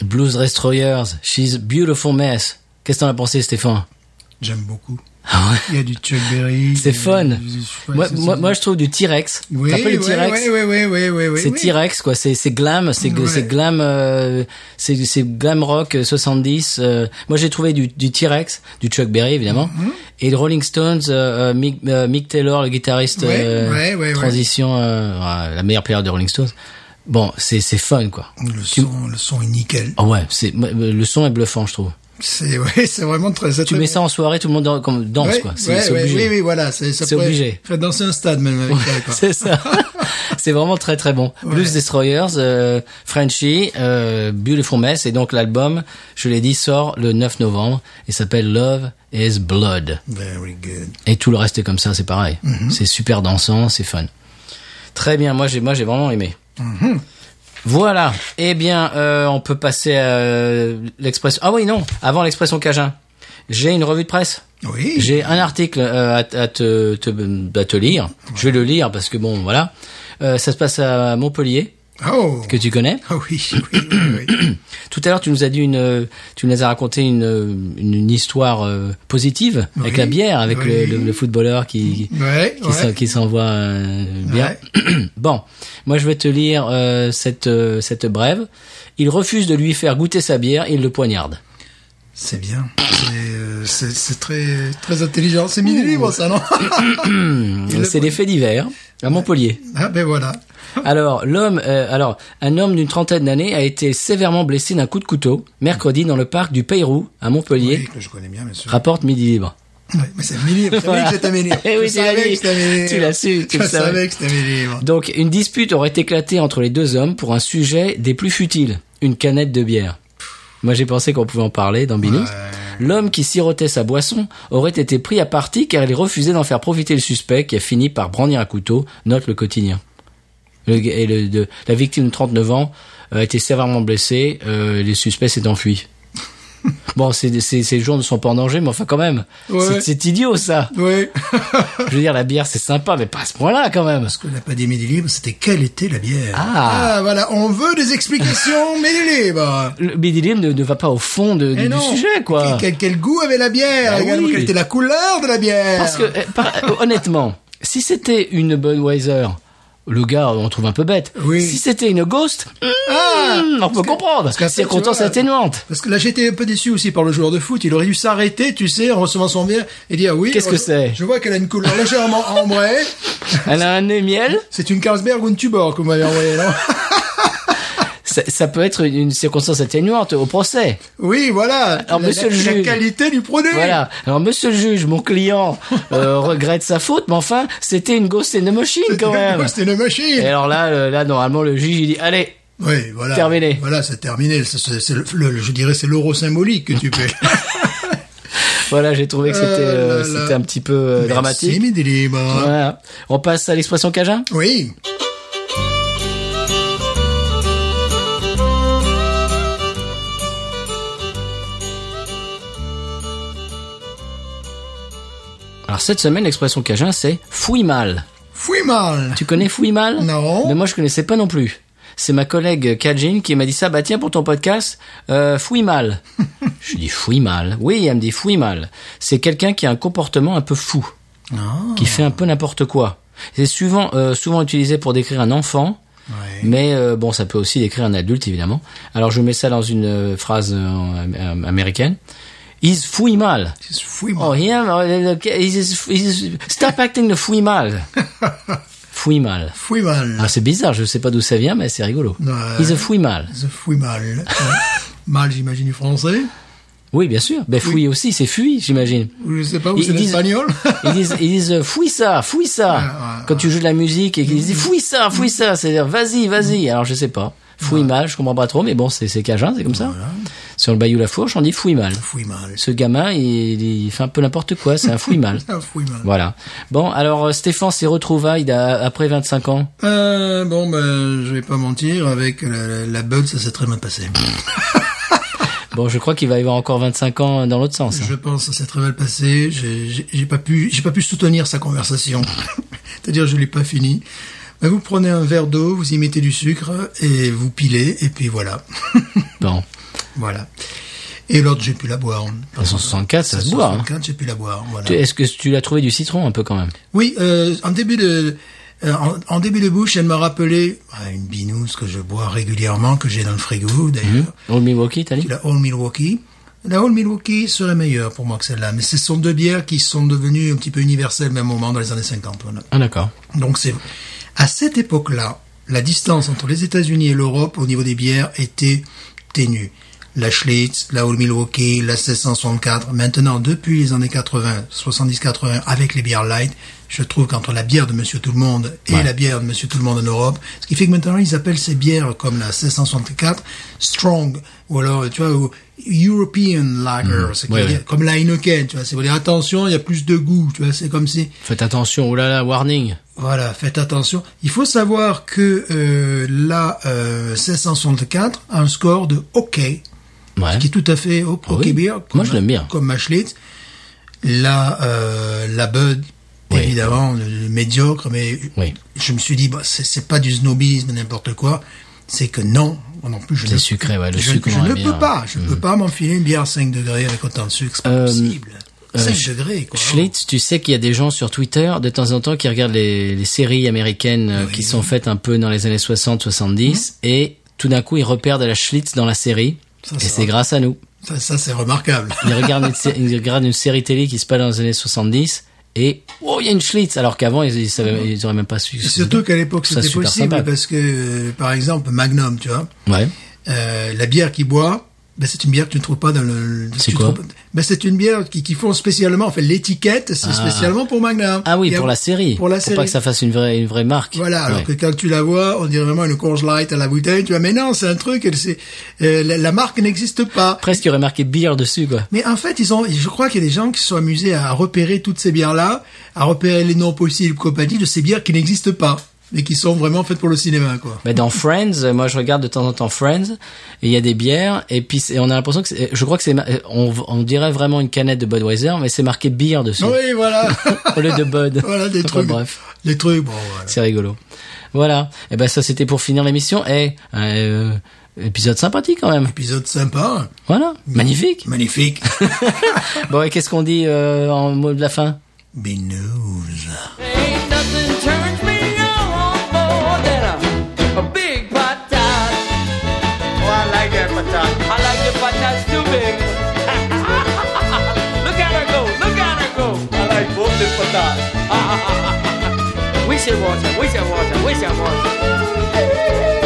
Speaker 1: Blues Destroyers, She's a Beautiful Mess. Qu'est-ce que t'en as pensé, Stéphane
Speaker 2: J'aime beaucoup.
Speaker 1: Ah ouais.
Speaker 2: Il y a du Chuck Berry.
Speaker 1: C'est
Speaker 2: il y a
Speaker 1: fun.
Speaker 2: du- du- ouais,
Speaker 1: moi,
Speaker 2: c'est-
Speaker 1: moi,
Speaker 2: c'est-
Speaker 1: moi, je trouve du T-Rex.
Speaker 2: oui,
Speaker 1: T'as pas le
Speaker 2: oui,
Speaker 1: T-Rex
Speaker 2: oui, oui, oui, oui, oui,
Speaker 1: C'est
Speaker 2: oui.
Speaker 1: T-Rex quoi, c'est c'est glam, c'est
Speaker 2: Ouais.
Speaker 1: c'est glam, euh, c'est c'est glam rock euh, 70. euh, moi j'ai trouvé du, du T-Rex, du Chuck Berry évidemment,
Speaker 2: Mm-hmm.
Speaker 1: et le Rolling Stones, euh, euh, Mick, euh, Mick Taylor le guitariste
Speaker 2: Ouais,
Speaker 1: euh,
Speaker 2: ouais, ouais, ouais.
Speaker 1: transition, euh, ah, la meilleure période des Rolling Stones. Bon, c'est c'est fun quoi.
Speaker 2: Le son, le son est nickel.
Speaker 1: Ah ouais, c'est moi, euh, le son est bluffant je trouve.
Speaker 2: C'est ouais, c'est vraiment très.
Speaker 1: Tu mets ça en soirée, tout le monde dan- comme- danse quoi. C'est c'est obligé.
Speaker 2: Oui, oui, voilà, c'est ça
Speaker 1: C'est
Speaker 2: pourrait
Speaker 1: obligé.
Speaker 2: Faire danser un stade même avec ça. Quoi.
Speaker 1: [LAUGHS] C'est ça. c'est vraiment très très bon. Blues Destroyers, euh, Frenchy, euh, Beautiful Mess et donc l'album, je l'ai dit, sort le 9 novembre et s'appelle Love is Blood.
Speaker 2: [LAUGHS] Very good.
Speaker 1: Et tout le reste est comme ça, c'est pareil. C'est super dansant, c'est fun. Très bien, moi j'ai moi j'ai vraiment aimé. Voilà. Eh bien, euh, on peut passer à l'expression. Ah oui, non. Avant l'expression Cajun, j'ai une revue de presse.
Speaker 2: Oui.
Speaker 1: J'ai un article euh, à, à te, te- à te lire. Je vais le lire parce que bon, voilà. Euh, ça se passe à Montpellier,
Speaker 2: Oh.
Speaker 1: que tu connais.
Speaker 2: Ah oui, oui, oui, oui. [COUGHS]
Speaker 1: Tout à l'heure, tu nous as dit une, euh, tu nous as raconté une, euh, une, une histoire euh, positive avec
Speaker 2: Oui,
Speaker 1: la bière, avec le-
Speaker 2: oui.
Speaker 1: le, le footballeur qui
Speaker 2: Ouais,
Speaker 1: qui
Speaker 2: ouais.
Speaker 1: s'en- qui s'envoie euh, bien. [CLEARS THROAT] bon, moi je vais te lire euh, cette euh, cette brève. Il refuse de lui faire goûter sa bière, il le poignarde.
Speaker 2: C'est bien. C'est, euh, C'est c'est très très intelligent. C'est mini libre ça, non le
Speaker 1: C'est des
Speaker 2: poignarde.
Speaker 1: faits divers à Montpellier.
Speaker 2: Ah ben voilà.
Speaker 1: Alors, l'homme, euh, alors, un homme d'une trentaine d'années a été sévèrement blessé d'un coup de couteau mercredi dans le parc du Peyrou à Montpellier,
Speaker 2: Oui, que je connais bien, bien sûr.
Speaker 1: rapporte Midi Libre.
Speaker 2: Ouais, Ah, mais c'est mini libre. Tu savais
Speaker 1: Voilà.
Speaker 2: que c'était mini libre.
Speaker 1: Eh [LAUGHS]
Speaker 2: Je
Speaker 1: oui, tu l'as
Speaker 2: savais
Speaker 1: dit.
Speaker 2: que c'était mini libre.
Speaker 1: Tu l'as su, tu
Speaker 2: Je
Speaker 1: le savais.
Speaker 2: savais que c'était mini libre.
Speaker 1: Donc, une dispute aurait éclaté entre les deux hommes pour un sujet des plus futiles, une canette de bière. Moi, j'ai pensé qu'on pouvait en parler dans Binous.
Speaker 2: Euh,
Speaker 1: L'homme qui sirotait sa boisson aurait été pris à partie car il refusait d'en faire profiter le suspect qui a fini par brandir un couteau, note le quotidien. Le g- et le- de- la victime de 39 ans euh, a été sévèrement blessée, euh, le suspect s'est
Speaker 2: [LAUGHS]
Speaker 1: enfui. Bon, ces, ces, ces jours ne sont pas en danger, mais enfin quand même,
Speaker 2: Ouais.
Speaker 1: c'est- c'est idiot ça.
Speaker 2: Oui.
Speaker 1: Je veux dire, la bière c'est sympa, mais pas à ce point-là quand même.
Speaker 2: Parce que la pas des midi libres, c'était quelle était la bière
Speaker 1: Ah.
Speaker 2: voilà, on veut des [LAUGHS] explications mini libres.
Speaker 1: Le Billy Lim ne, ne va pas au fond de,
Speaker 2: Eh
Speaker 1: du, du
Speaker 2: non.
Speaker 1: sujet, quoi.
Speaker 2: Quel, quel goût avait la bière
Speaker 1: Bah
Speaker 2: également,
Speaker 1: oui.
Speaker 2: Quelle était la couleur de la bière
Speaker 1: Parce que, euh, par- euh, [LAUGHS] honnêtement, si c'était une Budweiser, le gars, on trouve un peu bête.
Speaker 2: Oui.
Speaker 1: Si c'était une Ghost, hmm,
Speaker 2: Ah
Speaker 1: on peut comprendre.
Speaker 2: qu'après,
Speaker 1: Circonstance
Speaker 2: tu vois, [LAUGHS]
Speaker 1: atténuante.
Speaker 2: Parce que là, j'étais un peu déçu aussi par le joueur de foot. Il aurait dû s'arrêter, tu sais, en recevant son bière et dire ah oui.
Speaker 1: Qu'est-ce que
Speaker 2: je-
Speaker 1: c'est
Speaker 2: Je vois qu'elle a une couleur légèrement
Speaker 1: [LAUGHS]
Speaker 2: ambrée.
Speaker 1: Elle a un nez miel.
Speaker 2: C'est une Carlsberg ou une Tuborg que vous m'avez envoyé, non [LAUGHS]
Speaker 1: Ça, ça peut être une circonstance atténuante au procès.
Speaker 2: Oui, voilà.
Speaker 1: Alors,
Speaker 2: la,
Speaker 1: monsieur
Speaker 2: la-
Speaker 1: le
Speaker 2: la
Speaker 1: juge.
Speaker 2: qualité du produit. [LAUGHS]
Speaker 1: Voilà. Alors, monsieur le juge, mon client euh, regrette sa faute, mais enfin, c'était une Ghost and a Machine quand même.
Speaker 2: C'était une machine.
Speaker 1: Et alors là, euh, là, normalement, le juge, il dit, allez,
Speaker 2: Oui, voilà.
Speaker 1: Terminé.
Speaker 2: Voilà, c'est terminé. C'est- c'est- c'est le- le- je dirais, c'est l'euro symbolique que tu payes.
Speaker 1: voilà, j'ai trouvé que c'était
Speaker 2: Euh,
Speaker 1: euh,
Speaker 2: là, là.
Speaker 1: c'était un petit peu [LAUGHS] euh,
Speaker 2: Merci,
Speaker 1: dramatique.
Speaker 2: Midi Libre.
Speaker 1: Voilà. On passe à l'expression Cajun
Speaker 2: Oui.
Speaker 1: Alors cette semaine, l'expression Cajun, c'est fouille mal.
Speaker 2: Fouille mal.
Speaker 1: Tu connais fouille mal
Speaker 2: Non.
Speaker 1: Mais moi, je connaissais pas non plus. C'est ma collègue Kajin qui m'a dit ça. Bah tiens, pour ton podcast, euh, fouille mal. je lui dis fouille mal. Oui, elle me dit fouille mal. C'est quelqu'un qui a un comportement un peu fou,
Speaker 2: Non.
Speaker 1: qui fait un peu n'importe quoi. C'est souvent euh, souvent utilisé pour décrire un enfant.
Speaker 2: Ouais.
Speaker 1: Mais euh, bon, ça peut aussi décrire un adulte, évidemment. Alors je mets ça dans une euh, phrase euh, am- américaine. Ils fouillent mal.
Speaker 2: Fouille
Speaker 1: Oh,
Speaker 2: mal.
Speaker 1: him? Oh, look, he's just- he's just- stop acting the fouille
Speaker 2: [LAUGHS]
Speaker 1: mal. fouille mal.
Speaker 2: Fouille mal.
Speaker 1: Ah, c'est bizarre, je sais pas d'où ça vient, mais c'est rigolo.
Speaker 2: Ouais.
Speaker 1: He's a fouille mal.
Speaker 2: The fouille mal.
Speaker 1: [LAUGHS]
Speaker 2: Ouais. mal, j'imagine, du français.
Speaker 1: Oui, bien sûr. Ben, fouille aussi, c'est fui, j'imagine.
Speaker 2: Ou je sais pas où
Speaker 1: Ils-
Speaker 2: Ah c'est
Speaker 1: ils disent-
Speaker 2: l'espagnol.
Speaker 1: [LAUGHS]
Speaker 2: [LAUGHS]
Speaker 1: Ils disent, ils disent, fouille ça, fouille ça.
Speaker 2: ouais, Mm.
Speaker 1: Quand tu joues de la musique et qu'ils disent, fouille ça, fouille ça, c'est-à-dire, vas-y, vas-y. Alors, je sais pas. Fouille mal, je comprends pas trop, mais bon, c'est, c'est cajun, c'est comme ça. Sur le Bayou La Fourche, on dit fouille mal.
Speaker 2: fouille mal.
Speaker 1: Ce gamin, il, il fait un peu n'importe quoi, c'est un fouille mal.
Speaker 2: Ah, fouille mal.
Speaker 1: Voilà. Bon, alors euh, Stéphane, ses retrouvailles d'a- après 25 ans.
Speaker 2: Euh, bon, ben, je vais pas mentir, avec la, la, la Bud, ça s'est très mal passé.
Speaker 1: Bon, je crois qu'il va y avoir encore 25 ans dans l'autre sens. hein.
Speaker 2: Je pense que ça s'est très mal passé. J'ai j'ai- j'ai pas pu, j'ai pas pu soutenir sa conversation. [LAUGHS] C'est-à-dire, je l'ai pas fini. Ben, vous prenez un verre d'eau, vous y mettez du sucre et vous pilez, et puis voilà.
Speaker 1: Bon.
Speaker 2: [LAUGHS] Voilà. Et l'autre, j'ai pu la boire.
Speaker 1: 164, ça se boit. hein.
Speaker 2: 164, j'ai pu la boire. Voilà.
Speaker 1: Tu- Est-ce que tu l'as trouvé du citron un peu quand même
Speaker 2: Oui, euh, en début de euh, en, en début de bouche, elle m'a rappelé ah, une binouse que je bois régulièrement, que j'ai dans le frigo d'ailleurs.
Speaker 1: Old Milwaukee, t'as dit
Speaker 2: La Old Milwaukee. La Old Milwaukee serait meilleure pour moi que celle-là, mais ce sont deux bières qui sont devenues un petit peu universelles au même moment dans les années 50. voilà.
Speaker 1: Ah d'accord.
Speaker 2: Donc c'est à cette époque-là, la distance entre les États-Unis et l'Europe au niveau des bières était ténue. La Schlitz, la Old Milwaukee, la 1664. Maintenant, depuis les années 80, 70-80, avec les bières light, je trouve qu'entre la bière de Monsieur Tout le Monde et
Speaker 1: Ouais.
Speaker 2: la bière de Monsieur Tout le Monde en Europe, ce qui fait que maintenant ils appellent ces bières comme la 1664 strong ou alors tu vois ou European lager, c'est
Speaker 1: Mmh. Ouais, ouais.
Speaker 2: comme la Heineken, tu vois. C'est pour dire attention, il y a plus de goût, tu vois. C'est comme si
Speaker 1: Faites attention, oh là là, warning.
Speaker 2: voilà, faites attention. Il faut savoir que euh, la euh, 1664 a un score de OK,
Speaker 1: Ouais.
Speaker 2: ce qui est tout à fait au OK
Speaker 1: Hein Ah oui.
Speaker 2: beer.
Speaker 1: Moi,
Speaker 2: comme-
Speaker 1: je l'aime bien.
Speaker 2: Comme ma Schlitz. La, euh, la Bud,
Speaker 1: Oui.
Speaker 2: évidemment, le- le médiocre, mais
Speaker 1: Oui.
Speaker 2: je me suis dit, bah, c'est- c'est pas du snobisme, n'importe quoi. C'est que non, moi non plus, je
Speaker 1: C'est
Speaker 2: ne-
Speaker 1: sucré, ouais, le
Speaker 2: je,
Speaker 1: sucre
Speaker 2: je
Speaker 1: dans la
Speaker 2: ne
Speaker 1: bière.
Speaker 2: peux pas. Je ne peux pas m'enfiler une bière à 5 degrés avec autant de sucre, c'est pas
Speaker 1: Mm. Euh,
Speaker 2: possible.
Speaker 1: euh,
Speaker 2: 5
Speaker 1: Sch-
Speaker 2: degrés, quoi.
Speaker 1: Schlitz, tu sais qu'il y a des gens sur Twitter de temps en temps qui regardent les, les séries américaines euh, qui sont faites un peu dans les années 60-70 et tout d'un coup ils repèrent de la Schlitz dans la série
Speaker 2: Ça,
Speaker 1: et
Speaker 2: c'est
Speaker 1: c'est
Speaker 2: vrai.
Speaker 1: grâce à nous.
Speaker 2: Ça, ça c'est remarquable.
Speaker 1: Ils regardent, une, sé- ils regardent une série télé qui se passe dans les années 70 et oh il y a une Schlitz alors qu'avant ils, ils, savaient- ils auraient même pas su.
Speaker 2: Et Surtout qu'à l'époque
Speaker 1: Ça,
Speaker 2: c'était
Speaker 1: super
Speaker 2: possible
Speaker 1: sympa.
Speaker 2: parce que euh, par exemple Magnum, tu vois,
Speaker 1: Ouais.
Speaker 2: euh, la bière qu'il boit, ben, c'est une bière que tu ne trouves pas dans le.
Speaker 1: C'est
Speaker 2: tu
Speaker 1: quoi
Speaker 2: trouves- ben, c'est une bière qui, qui font spécialement, en fait l'étiquette, c'est
Speaker 1: Ah.
Speaker 2: spécialement pour Magnum.
Speaker 1: Ah oui
Speaker 2: Et
Speaker 1: pour
Speaker 2: à-
Speaker 1: la série.
Speaker 2: Pour la
Speaker 1: pas
Speaker 2: série.
Speaker 1: que ça fasse une vraie une vraie marque.
Speaker 2: Voilà, alors
Speaker 1: Ouais.
Speaker 2: que quand tu la vois, on dirait vraiment une Coors Light à la bouteille. Tu vois, mais non, c'est un truc. elle, c'est euh, la, la marque n'existe pas.
Speaker 1: Presque il y aurait marqué beer dessus quoi.
Speaker 2: Mais en fait, ils ont, je crois qu'il y a des gens qui se sont amusés à repérer toutes ces bières-là, à repérer les noms possibles, compagnie de ces bières qui n'existent pas, mais qui sont vraiment faites pour le cinéma, quoi.
Speaker 1: Bah, dans Friends, euh, moi je regarde de temps en temps Friends, et il y a des bières, et puis c'est- on a l'impression que c'est- je crois que c'est, ma- on, on dirait vraiment une canette de Budweiser, mais c'est marqué bière dessus,
Speaker 2: Oui, voilà.
Speaker 1: [LAUGHS] au lieu de Bud.
Speaker 2: [LAUGHS] Voilà des
Speaker 1: Enfin,
Speaker 2: trucs.
Speaker 1: Bref,
Speaker 2: Les trucs, bon, voilà.
Speaker 1: c'est rigolo. Voilà. Et ben ça c'était pour finir l'émission. Eh, euh, épisode sympathique quand même.
Speaker 2: Épisode sympa,
Speaker 1: Voilà, magnifique.
Speaker 2: magnifique. [LAUGHS]
Speaker 1: Bon, et qu'est-ce qu'on dit euh, en mot de la fin
Speaker 2: Binouze.
Speaker 4: Ain't nothing turns me on more than a, a big patat. Oh, I like that patat. I like the patats too big. [LAUGHS] look at her go, look at her go. I like both the [LAUGHS] patats. we should watch her, we should watch her, we should watch her.